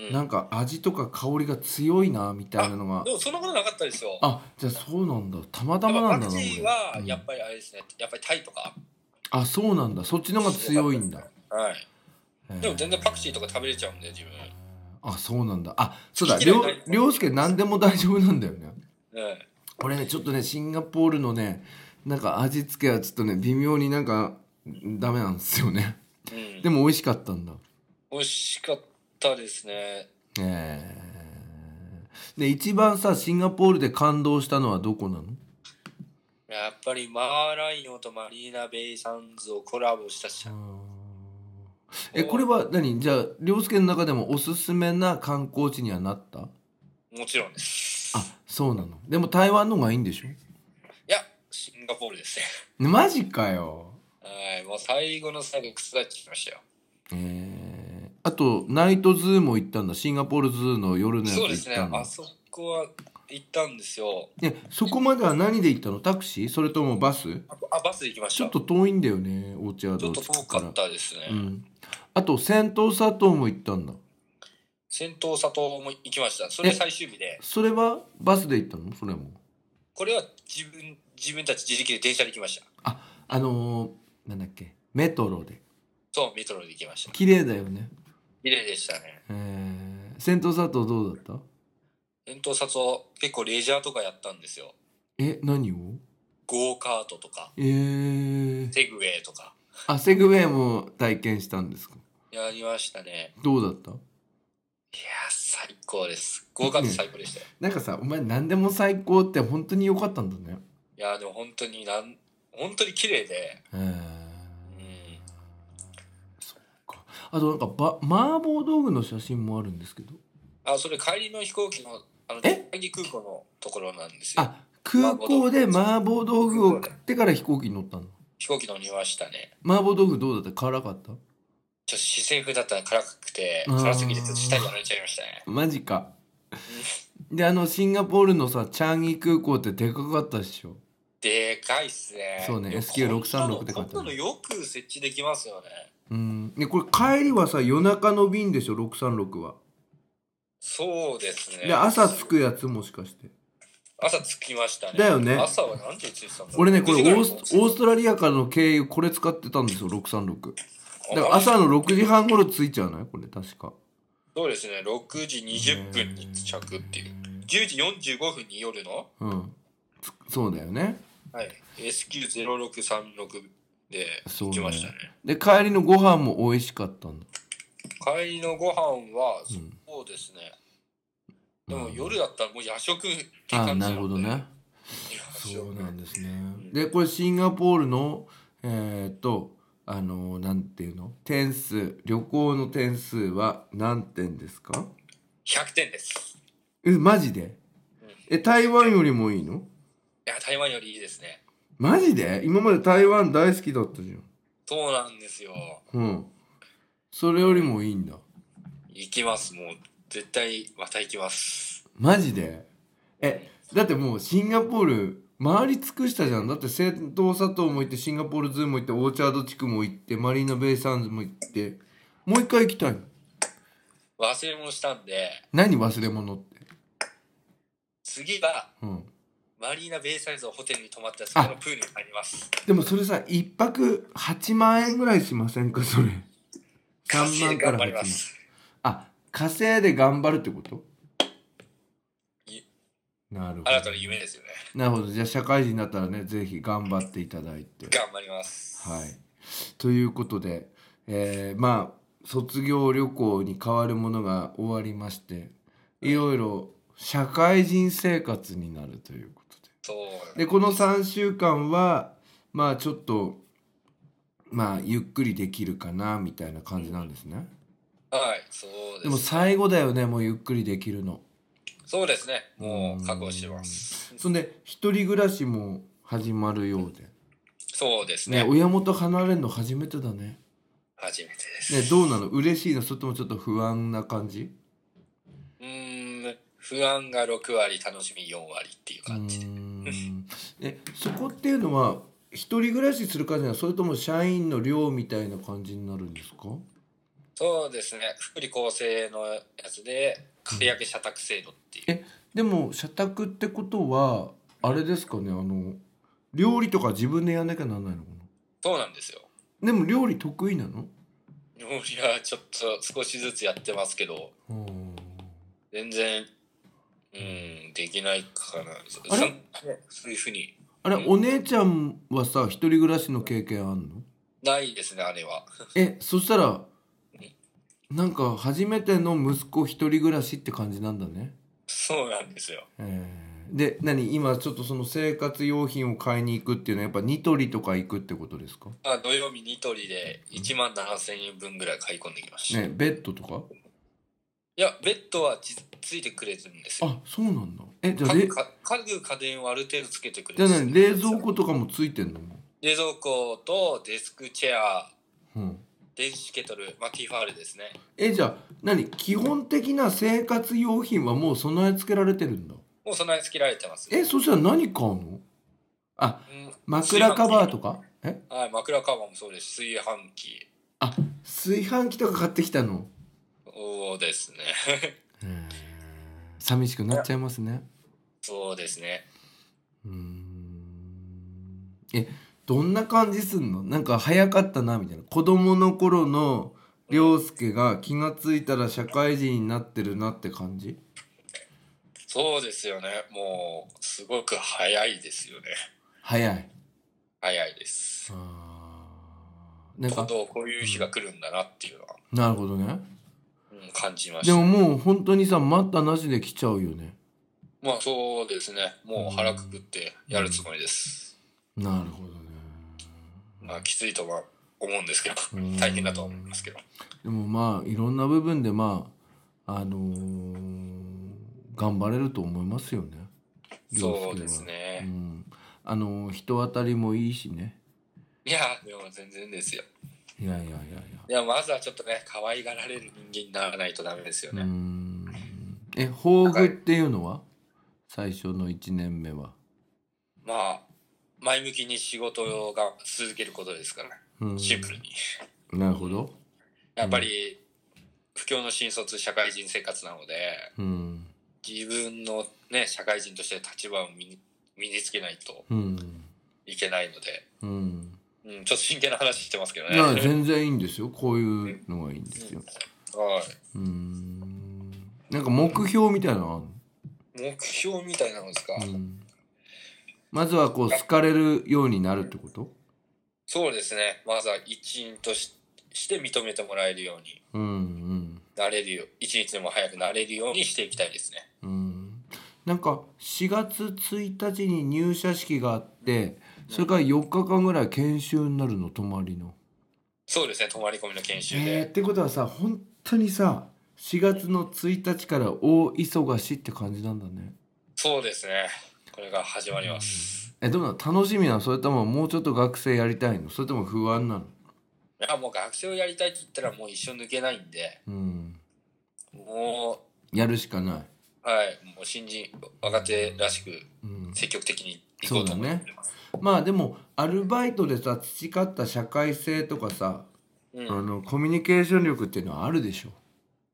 うんなんか味とか香りが強いなみたいなのがでもそんなことなかったですよあじゃあそうなんだたまたやっまぱなんだパクなチーは俺やっぱりあれですね、やっぱりタイとかあそうなんだそっちの方が強いんだはいでも全然パクチーとかか食べれちゃうんで自分あそうなんだあそうだ好きな涼人いない涼介何でも大丈夫なんだよねね俺ねちょっとねシンガポールのねなんか味付けはちょっとね微妙になんかダメなんですよねうんででもも美味しかったんだ美味しかったですねえー、で一番さシンガポールで感動したのはどこなのやっぱりマーライオンとマリーナ・ベイ・サンズをコラボしたしえこれは何じゃあ涼介の中でもおすすめな観光地にはなったもちろんですあそうなのでも台湾の方がいいんでしょいやシンガポールですねねマジかよはいもう最後の最後覆っちゃいましたよえー、あとナイトズーも行ったんだシンガポールズーの夜のやつそうで行すっねたんだあそこは行ったんですよねそこまでは何で行ったのタクシーそれともバスああバスで行きましちたょっと遠いんだよねオーチャーちょドっと遠かったですね、うん、あと仙洞砂糖も行ったんだ先頭佐藤も行きましたそれ最終日でそれはバスで行ったのそれもこれは自分自分たち自力で電車で行きましたあのー、なんだっけメトロでそうメトロで行きました綺麗だよね綺麗でしたねえー、仙洞砂糖どうだった遠投札を結構レジャーとかやったんですよえ何をゴーカートとかえー、セグウェイとかあセグウェイも体験したんですかやりましたねどうだったいやー最高ですゴーカート最高でしたよ、なんかさお前何でも最高って本当に良かったんだねいやーでも本当になん本当に綺麗でえうんあとなんかば麻婆豆腐の写真もあるんですけどあ、それ帰りの飛行機の、あの、え帰り空港のところなんですよ。あ空港で麻婆豆腐を買ってから飛行機に乗ったの飛行機乗りましたね。麻婆豆腐どうだった辛かったちょっと四川風だったら辛くて、あー辛すぎてちょっと舌にやられちゃいましたね。マジかであのシンガポールのさチャンギ空港ってでかかったっしょでかいっすね。そうねいや SQ636 で書いてあるこんなのこんなのよく設置できますよね。うんねこれ帰りはさ夜中の便でしょ636はそうですね。で朝着くやつもしかして朝着きましたね。だよね朝は何時に着いてたんだろう俺ねこれオースオースストラリアからの経由これ使ってたんですよ636だから朝の6時半頃着いちゃうのよこれ確かそうですね、6時20分に着っていう。10時45分に夜の、うんつそうだよねはい、SQ0636 でそう行ねきましたね。で帰りのご飯も美味しかったんだ帰りのご飯は、うんそうですね。うでもん夜だったらもう夜食ってあ感じなでるほどね夜そう食なんですねんでこれシンガポールのえーっとあのなんていうの点数旅行の点数は何点ですか100点です。えマジでうんいえ台湾よりもいいのや、台湾よりいいですね。マジで今まで台湾大好きだったじそうなんですよ。ゃんうんそれよりもいいんだ行きます、もう。絶対、また行きます。マジでえだってもうシンガポール回り尽くしたじゃんだってセント佐藤も行ってシンガポールズーも行ってオーチャード地区も行ってマリーナベイサンズも行ってもう一回行きたいの忘れ物したんで、何忘れ物って次は、うんマリーナベイサイズのホテルに泊まったそこのプールに入ります。でもそれさ一泊8万円ぐらいしませんかそれ3稼い万でか頑ら張り8ま万す。あ稼いで頑張るってこといなるほど新たな夢ですよね。なるほどじゃあ社会人になったらねぜひ頑張っていただいて頑張ります。はい。ということで、えーまあ卒業旅行に変わるものが終わりましていろいろ社会人生活になるということそう。ででこの3週間はまあちょっとまあゆっくりできるかなみたいな感じなんですねはい、そうででもす。最後だよねもうゆっくりできるのそうですね。もう確保してます。そんで一人暮らしも始まるようで、そうですねね。親元離れるの初めてだね初めてです。ねどうなの嬉しいのそれともちょっと不安な感じうーん、不安が6割、楽しみ4割っていう感じで。うーんえそこっていうのは一人暮らしする感じなのそれとも社員の寮みたいな感じになるんですかそうですね。福利厚生のやつで、借り上げ社宅制度っていう。でも社宅ってことはあれですかねあの料理とか自分でやんなきゃならないのかそうなんですよ。なでも料理得意なの料理はちょっと少しずつやってますけど、うーん全然、うん、できないかな。あれそねそういうふうに。あれうんお姉ちゃんはさ一人暮らしの経験あんのないですね、あれは。えそしたらなんか初めての息子一人暮らしって感じなんだねそうなんですよ。えーで何今ちょっとその生活用品を買いに行くっていうのはやっぱニトリとか行くってことですかあ土曜日ニトリで1万7000円分ぐらい買い込んできました。ねベッドとかいや、ベッドはつついてくれるんですよ。あそうなんだえじゃあ家れ具か家具家電はある程度つけてくれじゃるあんですよ何冷蔵庫とかもついてんの、冷蔵庫とデスクチェア、うん、電子ケトル、まあ、ティファールですね。えじゃあ何基本的な生活用品はもう備え付けられてるんだもう備え付けられてます。えそしたら何買うのあうん枕カバーとかえはい、枕カバーもそうです。炊飯器あ炊飯器とか買ってきたのそうですね。 えー寂しくなっちゃいますねそうですね。うーんえどんな感じすんのなんか早かったなみたいな子供の頃の涼介が気がついたら社会人になってるなって感じそうですよね。もう、すごく早いですよね。早い早いです。あーなん今か度こういう日が来るんだなっていうのは、なるほどねうん、感じましでた。ももう本当にさ待ったなしで来ちゃうよねまあそうですね。もう腹くくってやるつもりです。なるほどねまあきついとは思うんですけどうん大変だとは思いますけどでもまあいろんな部分でまああのー頑張れると思いますよね。そうで凌介はす。ねうん、あのー人当たりもいいしね。いやでも全然ですよいやいやいやいいやまずはちょっとね可愛がられる人間にならないとダメですよや。うね、ん。え抱負っていうのは最初の一年目は。まあ前向きに仕事が続けることですからうんシンプルになるほど。やっぱり不況の新卒社会人生活なのでうん。自分のね社会人として立場を身に身につけないとうん。いけないので、うん。うん、ちょっと真剣な話してますけどねいやはい全然いいんですよ。こういうのがいいんですよ。うん。なんか目標みたいなの目標みたいなのですか、ある、うん、まずはこう好かれるようになるってことそうですねまずは一員としして認めてもらえるようにうんなれるよ一日でも早くなれるようにしていきたいですねうんうん。なんか4月1日に入社式があってそれから4日間ぐらい研修になるの泊まりの。そうですね泊まり込みの研修えー、っで、てことはさ本当にさ4月の1日から大忙しって感じなんだね。そうですねこれが始まります、えどうなの楽しみなのそれとももうちょっと学生やりたいのそれとも不安なのいやもう学生をやりたいって言ったらもう一生抜けないんでうんもやるしかない。うはいもう新人若手らしくうん、積極的に行こうと思ってます、まあでもアルバイトでさ培った社会性とかさ、うんあのコミュニケーション力っていうのはあるでしょ。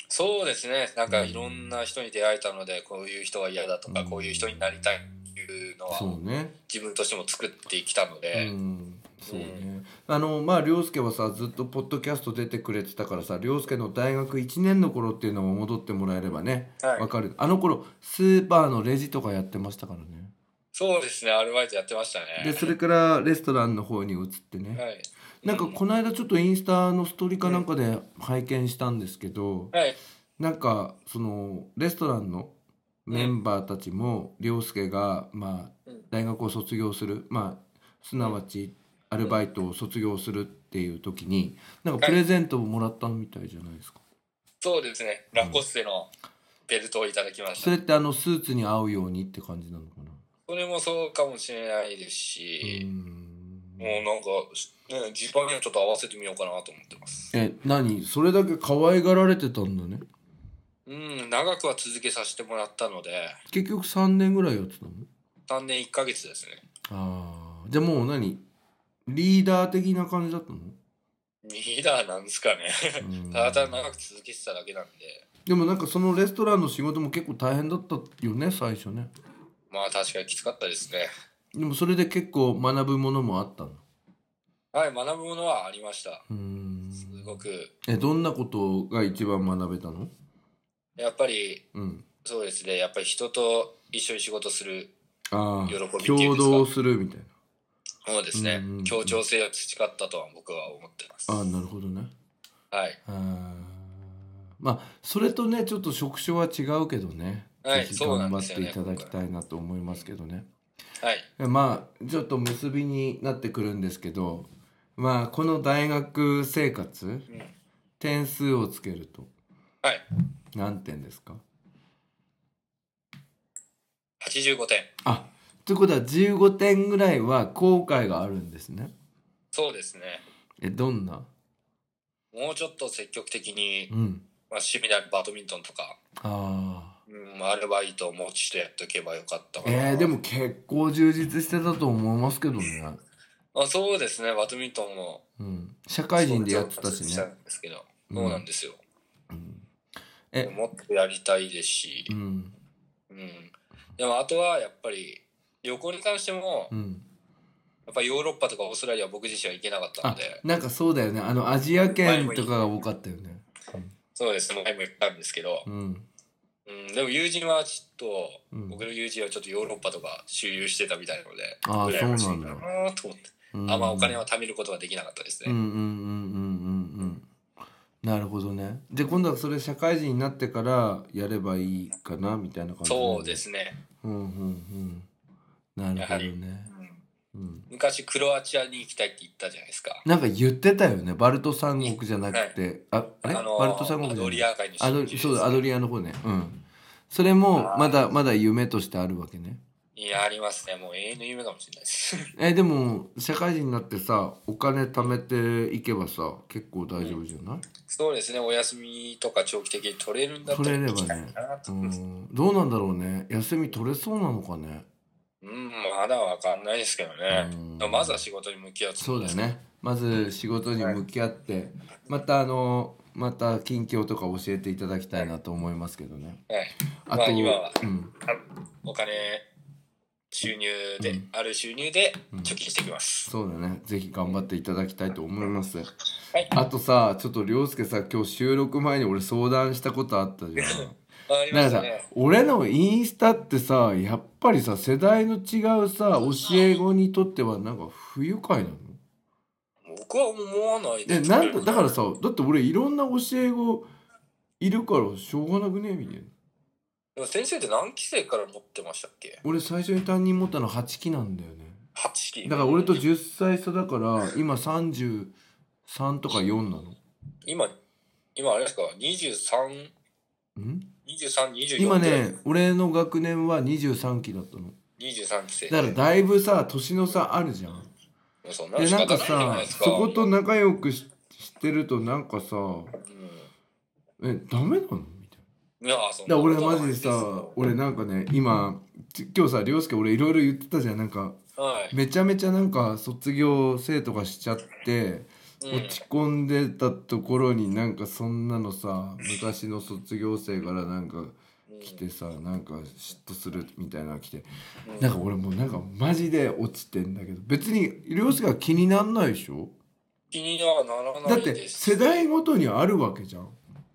そうですねなんかいろんな人に出会えたのでこういう人は嫌だとか、うんこういう人になりたいっていうのはそうね。自分としても作ってきたので、うんそうね、あのまあ凌介はさずっとポッドキャスト出てくれてたからさ凌介の大学1年の頃っていうのも戻ってもらえればねわ、はいかるあの頃スーパーのレジとかやってましたからねそうですねアルバイトやってましたでねそれからレストランの方に移ってね、はいなんかこの間ちょっとインスタのストーリーかなんかで拝見したんですけど、はいなんかそのレストランのメンバーたちも凌介がまあうん大学を卒業するまあすなわちアルバイトを卒業するっていう時になんかプレゼントをもらったみたいじゃないですか。そうですねラコステのベルトをいただきましたそれってあのスーツに合うようにって感じなのかな。それもそうかもしれないうーですし、んもうなんか、ね、ジーパンにもちょっと合わせてみようかなと思ってます。え何それだけ可愛がられてたんだね。うん、長くは続けさせてもらったので、結局3年ぐらいやってたの3年1ヶ月ですね。ああじゃあもう何リーダー的な感じだっ たの、リーダーなんですかね。うんただただ長く続けてただけなんで、でもなんかそのレストランの仕事も結構大変だったよね最初ねまあ確かにきつかったですね。でもそれで結構学ぶものもあったのはい、学ぶものはありました。うんすごく。えどんなことが一番学べたのやっぱり、うんそうですね、やっぱり人と一緒に仕事するあ喜びっていうんあですか共同するみたいなそうですねうんうんうん、協調性を培ったとは僕は思ってます。ああなるほどねはい。あーまあそれとねちょっと職種は違うけどね、はいぜひそうな頑ん張でっすよていねただきたいなと思いますけどねはい。えまあちょっと結びになってくるんですけどまあこの大学生活うん点数をつけるとはい。何点ですか85点。あということは15点ぐらいは後悔があるんですねそうですね。えどんなもうちょっと積極的に、うんまあ、趣味であるバドミントンとか、あうん、アルバイトを持ちしてやっとけばよかったーかなえー、でも結構充実してたと思いますけどね、あそうですねバドミントンもうん、社会人でやってたしそうねなんですけど、うんそうなんですよえもっとやりたいですしう、んうん、でもあとはやっぱり旅行に関しても、うんやっぱヨーロッパとかオーストラリアは僕自身は行けなかったのあでなんかそうだよねあのアジア圏とかが多かったよねそうですね前も言ったんですけどう、んうん、でも友人はちょっと、うん僕の友人はちょっとヨーロッパとか周遊してたみたいなのであー羨ましいそうなんだなと思って。うんあまあお金は貯めることはできなかったですうんうね。んうんうんうんうんなるほどねで今度はそれ社会人になってからやればいいかなみたいな感じなんだそうですね。うんうんうんなるやほはどりねうんうん、昔クロアチアに行きたいって言ったじゃないですか。なんか言ってたよねバルト三国じゃなくて、ああれあのバルト三国じアゃドなリいア海にアドリそうだアドリアの方ねうんそれもまだまだ夢としてあるわけねいや、ありますね。もう永遠の夢かもしれないです。えでも社会人になってさお金貯めていけばさ結構大丈夫じゃない、そうですね。お休みとか長期的に取れるんだったら取れれば行きたいねかなと。うん、どうなんだろうね休み取れそうなのかねうん、まだわかんないですけどねうん。でもまずは仕事に向き合うってこそとうでだす。ねまず仕事に向き合って、またあのまた近況とか教えていただきたいなと思いますけどねはい。あまと、あ今はうん、お金、収入で、ある収入でうん貯金していきます。そうだねぜひ頑張っていただきたいと思います、はいあとさちょっと涼介さ今日収録前に俺相談した ことあったじゃんわかりまなんしかたさね。俺のインスタってさやっぱりさ世代の違うさ教え子にとってはなんか不愉快なの僕は思わないえですなんだだからさだって俺いろんな教え子いるからしょうがなくねみたいなでも先生って何期生から持ってましたっけ俺最初に担任持ったの8期なんだよね ?8 期。だから俺と10歳差だから今33とか4なの今、今あれですか、23、ん23、24今ね、俺の学年は23期だったの23期生。だからだいぶさ年の差あるじゃんそんなので仕なんか方ないじゃないさですか。そこと仲良くししてるとなんかさうんえダメなのみたいいや、そんなだなから俺マことないジですさ俺なんかね今ち今日さ涼介俺いろいろ言ってたじゃんなんかはい。めちゃめちゃなんか卒業生とかしちゃってうん落ち込んでたところになんかそんなのさ昔の卒業生からなんか来てさなんか嫉妬するみたいなの来てうんなんか俺もうなんかマジで落ちてんだけど別に涼介は気になんないでしょ気にはなだらなっいてです。世代ごとにあるわけじゃん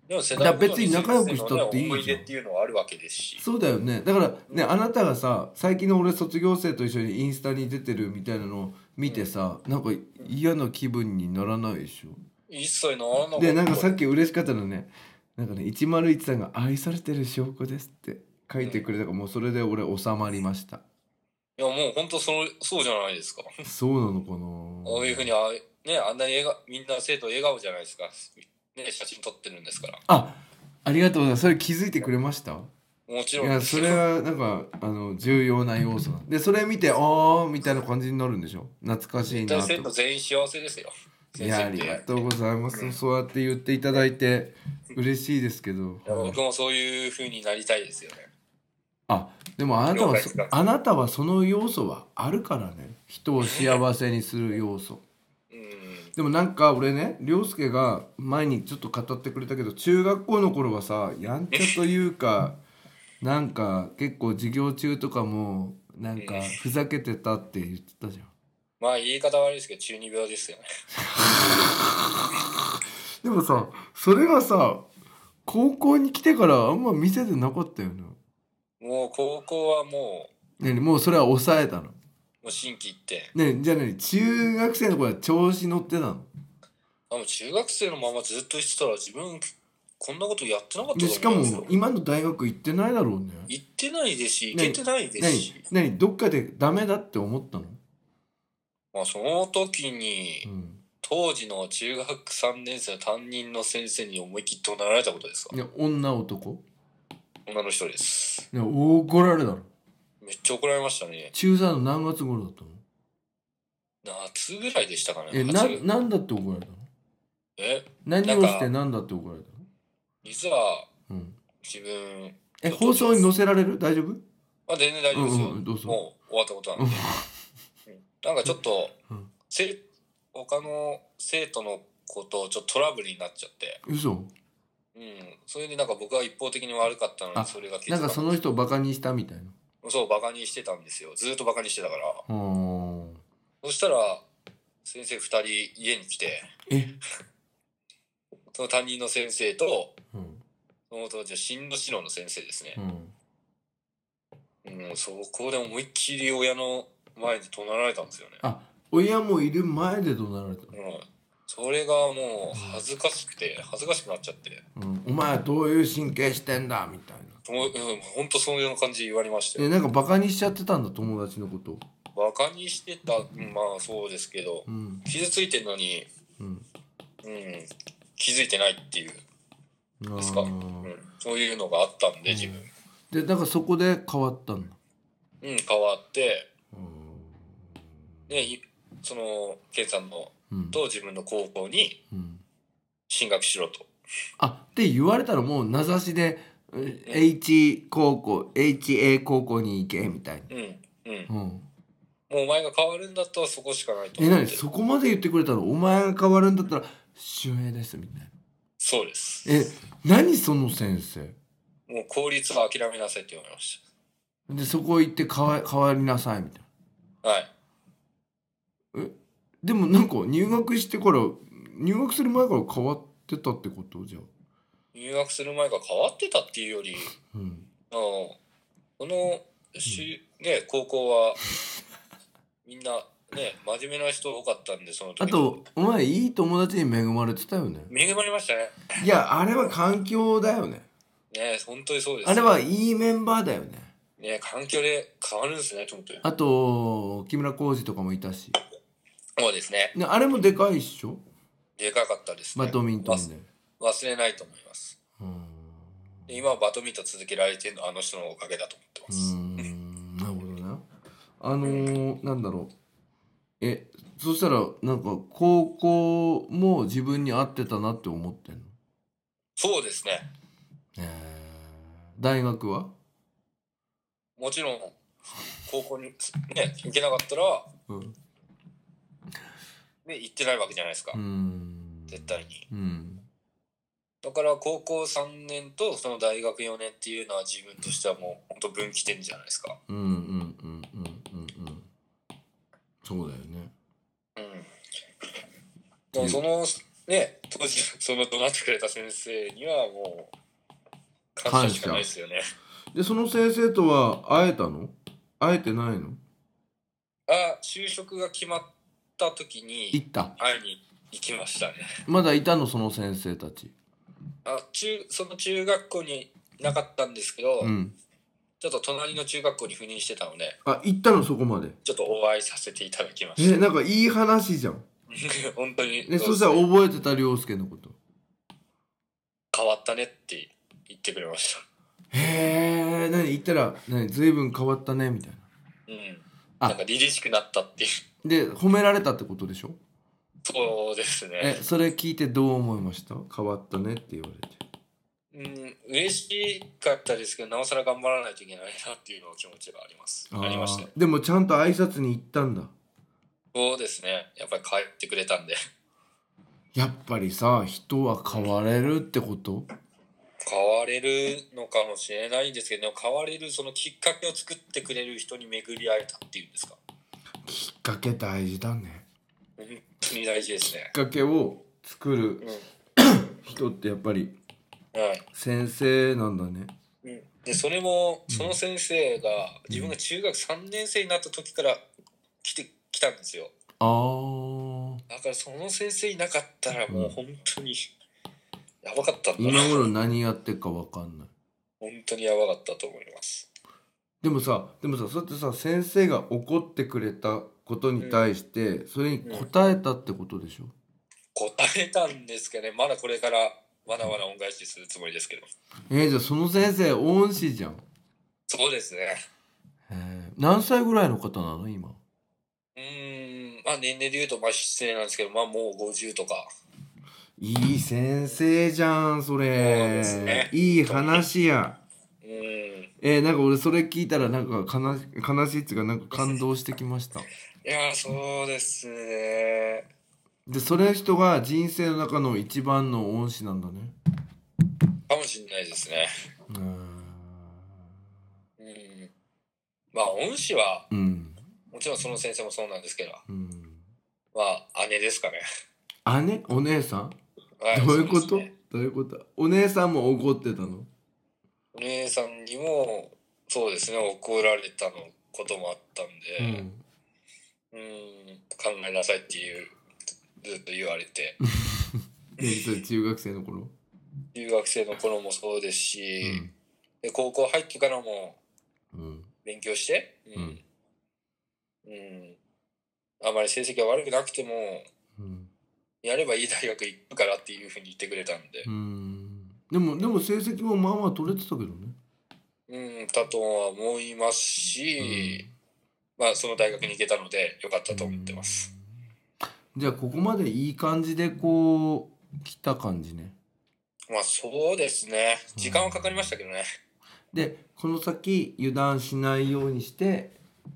でも世だか代ら別に仲良くしたっていいじゃん思い出っていうのはあるわけですし。そうだよねだからねあなたがさ最近の俺卒業生と一緒にインスタに出てるみたいなのを見てさなんか嫌な気分にならないでしょ一切ならなでなんかさっっき嬉しかったのねなんかね101さんが「愛されてる証拠です」って書いてくれたからもうそれで俺収まりましたいや、もう本当その、そうじゃないですか。そうなのかなこういうふうにあ、ね、あんなに笑顔、みんな生徒笑顔じゃないですか。ね、写真撮ってるんですから。あありがとうございますそれ気づいてくれましたもちいろんやですそよれはなんかあの重要な要素なんでそれ見て「あーみたいな感じになるんでしょ懐かしい絶な対と生徒全員幸せですよ。い先やあ生っりて。いがやとうございますそうやって言っていただいて嬉しいですけど、はい僕もそういうふうになりたいですよね。あでもあなたはそ了解ですあなたはその要素はあるからね人を幸せにする要素うん。でもなんか俺ね涼介が前にちょっと語ってくれたけど中学校の頃はさやんちゃというかなんか結構授業中とかもなんかふざけてたって言ってたじゃんまあ言い方悪いですけど、中二病ですよね。でもさそれがさ高校に来てからあんま見せてなかったよなもう高校はも何もうそれは抑えたのう、もう新規行って、ねじゃあ何中学生の頃は調子乗ってたのあもう中学生のままずっとしてたら自分、こんなことやってなかったでとしか思うんですよも今の大学行ってないだろうね行ってないですし、行ねけてないです何し、何どっかでダメだって思ったの、まあその時うに、ん、当時の中学3年生の担任の先生に思い切って怒鳴られたことですかね女男女の人です。ね怒られたのめっちゃ怒られましたね。中3の何月頃だったの夏ぐらいでしたかね。え夏な何だって怒られたのえ何なんをかして何だって怒られた実はの、うん、自分、え放送に載せられる大丈夫まあ、全然大丈夫ですよ。うんうんどうぞもう終わったことなんで。うんなんかちょっと、うんせ他の生徒のことをちょっとトラブルになっちゃって、嘘うん、それでなんか僕が一方的に悪かったのあにそれが結なんかその人をバカにしたみたいなそうバカにしてたんですよずっとバカにしてたからあーそしたら先生2人家に来てえ、その担任の先生とうんその当時は進路指導の先生ですねう、ん、うん、そこで思いっきり親の前で怒鳴られたんですよね、あ親もいる前で怒鳴られたのうん、それがもう恥ずかしくて恥ずかしくなっちゃってうん、お前はどういう神経してんだみたいなもう、うん、ほんとそういう感じで言われましたえよ。なんかバカにしちゃってたんだ友達のことバカにしてた、うんまあそうですけど、うん傷ついてるのに、うんうん、気づいてないっていう、あーですかうん、そういうのがあったんで、自分。でだからそこで変わったんだうん、変わって、うんね、いその、ケンさんのうんと自分の高校にうん進学しろと。あって言われたらもう名指しでうん H 高校 HA 高校に行けみたいうん、うん。な、うん、もうお前が変わるんだったらそこしかないとえ思っ何てる。そこまで言ってくれたのお前が変わるんだったら主演ですみたいなそうです。え何その先生もう効率は諦めなさいって言われましでそこ行って変わ変わりなさいみたいなた。はい。でもなんか入学してから入学する前から変わってたってことじゃあ入学する前が変わってたっていうより、うんあのこのし、ね、高校はみんな、ね、真面目な人多かったんでその時あとお前いい友達に恵まれてたよね恵まれましたねいやあれは環境だよねね本当にそうですあれはいいメンバーだよねね環境で変わるんですねと思ってあと木村浩二とかもいたしそうですねねあれもでかいっしょでかかったです、ね、バドミントンで忘忘れないと思いますうんで今はバドミントン続けられてるのはあの人のおかげだと思ってうます、ーんなるほどねあのー、なんだろうえそしたらなんか高校も自分に合ってたなって思ってんのそうですねえー大学はもちろん高校にね行けなかったら、うんね、行ってないわけじゃないですか、うーん絶対にうんだから高校3年とその大学4年っていうのは自分としてはもう本当分岐点じゃないですか。うんうんうんうんうんうんそうだよねうん。でもそのね、当時その 怒鳴ってくれた先生にはもう感謝しかないですよね。でその先生とは会えたの会えてないのあ、就職が決まった時に行った会いに行きましたね。まだいたのその先生たちあ、中、その中学校になかったんですけど、うんちょっと隣の中学校に赴任してたので、あ行ったのそこまでちょっとお会いさせていただきましえなんかいい話じゃんた。本当に。ねそしたら覚えてた涼介のこと変わったねって言ってくれました。へえ何言ったら何随分変わったねみたいなうん。あなんか凛々しくなったっていう。 で褒められたってことでしょそうですえね。それ聞いてどう思いました変わったねって言われてうん、嬉しかったですけど、なおさら頑張らないといけないなっていうの気持ちがあります。ありましたー。でもちゃんと挨拶に行ったんだそうですね。やっぱり帰ってくれたんで、 やっぱりさ人は変われるってこと変われるのかもしれないんですけど、変われるそのきっかけを作ってくれる人に巡り会えたっていうんですか。きっかけ大事だね本当に大事ですね。きっかけを作るう人ってやっぱりん。はい。先生なんだねうんでそれもその先生が自分が中学3年生になった時から来て来たんですよあーだからその先生いなかったらもう本当にやばかったんだな今頃何やってるか分かんない本当にやばかったと思いますでもさでもさそうやってさ先生が怒ってくれたことに対して、それに答えたってことでしょ、答えたんですけどねまだこれからわなわな恩返しするつもりですけどえー、じゃあその先生恩師じゃんそうですねえー何歳ぐらいの方なの今うーんまあ年齢で言うとまあ失礼なんですけどまあもう50とかいい先生じゃんそれそうですねいい話やうーんいえー、なんか俺それ聞いたらなんか悲し悲しいっつうかなんか感動してきましたやーそうですねでそれ人が人生の中の一番の恩師なんだねかもしれないですねうーんうんまあ恩師はうんもちろんその先生もそうなんですけど、うんまあ姉ですかね。姉お姉さんはどういうこそとですねどういうことお姉さんも怒ってたのお姉さんにも、そうですね、怒られたのこともあったんで、うん、考えなさいっていう、ずずっと言われて、でそれ中学生の頃留学生の頃もそうですし、で高校入ってからもうん勉強して、うんうんうん、あまり成績が悪くなくてもうんやればいい大学行くからっていうふうに言ってくれたんでう、んでもでも成績もまあまあ取れてたけどねうん、だとは思いますし、まあその大学に行けたので良かったと思ってます。うんじゃあここまでいい感じでこう来た感じねまあそうですね。時間はかかりましたけどね。でこの先油断しないようにして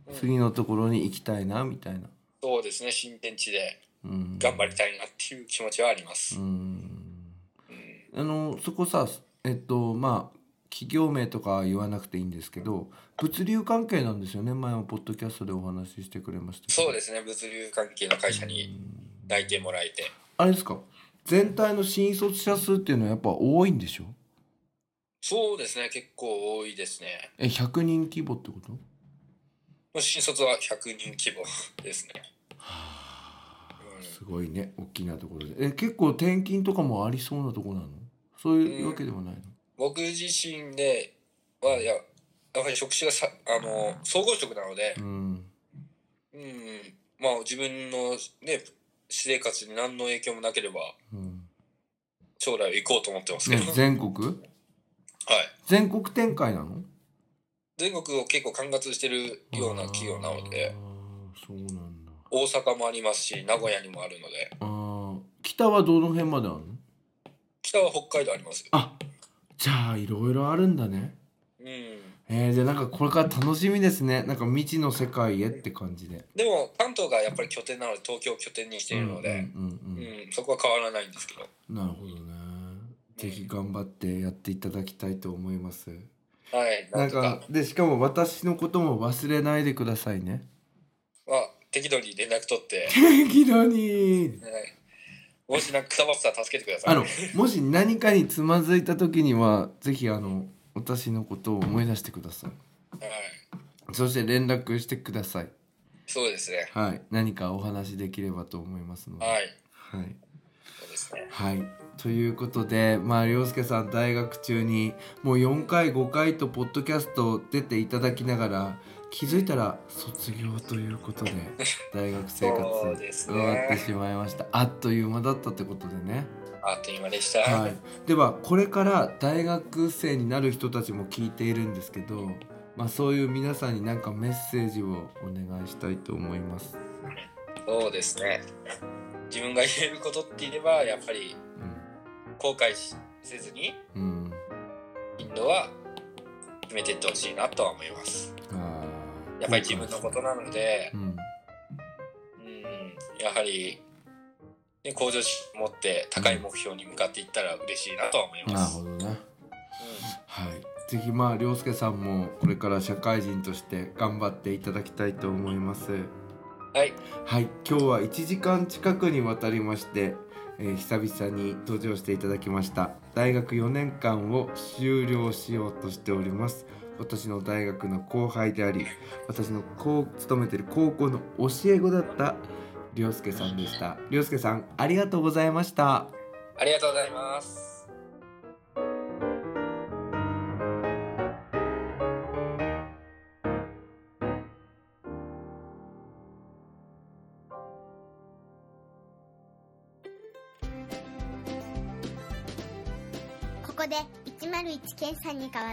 うん次のところに行きたいなみたいな、そうですね。新天地でうん、頑張りたいなっていう気持ちはありますう。んうんあのそこさえっとまあ企業名とかは言わなくていいんですけど物流関係なんですよね前もポッドキャストでお話ししてくれましたけどそうですね。物流関係の会社に内定もらえて。あれですか全体の新卒者数っていうのはやっぱ多いんでしょそうですね。結構多いですね。え100人規模ってこともう新卒は100人規模ですね。うんすごいね大きなところでえ結構転勤とかもありそうなとこなのそういうわけでもないの、僕自身では、いや、やっぱり職種がさ、あの、総合職なのでう、んうん、まあ自分のね、私生活に何の影響もなければ、うん将来行こうと思ってますけねど、はい。全国全国展開なの全国を結構管轄してるような企業なので、あーそうなんだ大阪もありますし、名古屋にもあるので、あー北はどの辺まであるの北は北海道ありますよ。あじゃあいろいろあるんだねうん。えー、じゃあなんかこれから楽しみですねなんか未知の世界へって感じででも、関東がやっぱり拠点なので、東京を拠点にしているので、うんうんううんん、そこは変わらないんですけど。なるほどねぜひ頑張ってやっていただきたいと思いますはい、ななんんとかか。でしかも私のことも忘れないでくださいねまあ、適度に連絡 取って、適度にはいもしなんかくたばってたら助けてください。あのもし何かにつまずいた時にはぜひあの私のことを思い出してくださいはい、そして連絡してくださいそうですね。はい何かお話できればと思いますのではい、はいそうですね。はい。ということで、まあ、凌介さん大学中にもう4回5回とポッドキャスト出ていただきながら気づいたら卒業ということ で大学生活そうです終ねわってしまいましたあっという間だったってことでね、あっという間でした。ははい、い、ではこれから大学生になる人たちも聞いているんですけど、まあ、そういう皆さんに何かメッセージをお願いしたいと思います。そうですね。自分が言えることっていれば、やっぱり後悔しせずに、うん、うんインドは決めていってほしいなとは思います。あーやっぱり自分のことなのでう、んうん、やはり、ね、向上心持って高い目標に向かっていったら嬉しいなとは思いなるます。ほうん、どね。はい。ぜひまあ涼介さんもこれから社会人として頑張っていただきたいと思います。はい、はい。今日は1時間近くにわたりまして、えー久々に登場していただきました。大学4年間を終了しようとしております。私の大学の後輩であり、私のこう勤めている高校の教え子だった涼介さんでした。涼介さんありがとうございました。ありがとうございます。ここで101ケンさんに代わ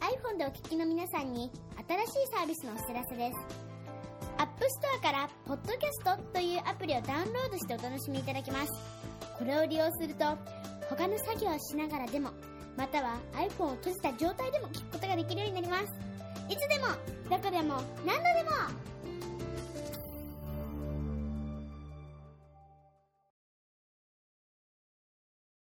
iPhone でお聞きの皆さんに新しいサービスのお知らせです App Store から「Podcast」というアプリをダウンロードしてお楽しみいただけますこれを利用すると他の作業をしながらでもまたは iPhone を閉じた状態でも聞くことができるようになりますいつでもどこでも何度でも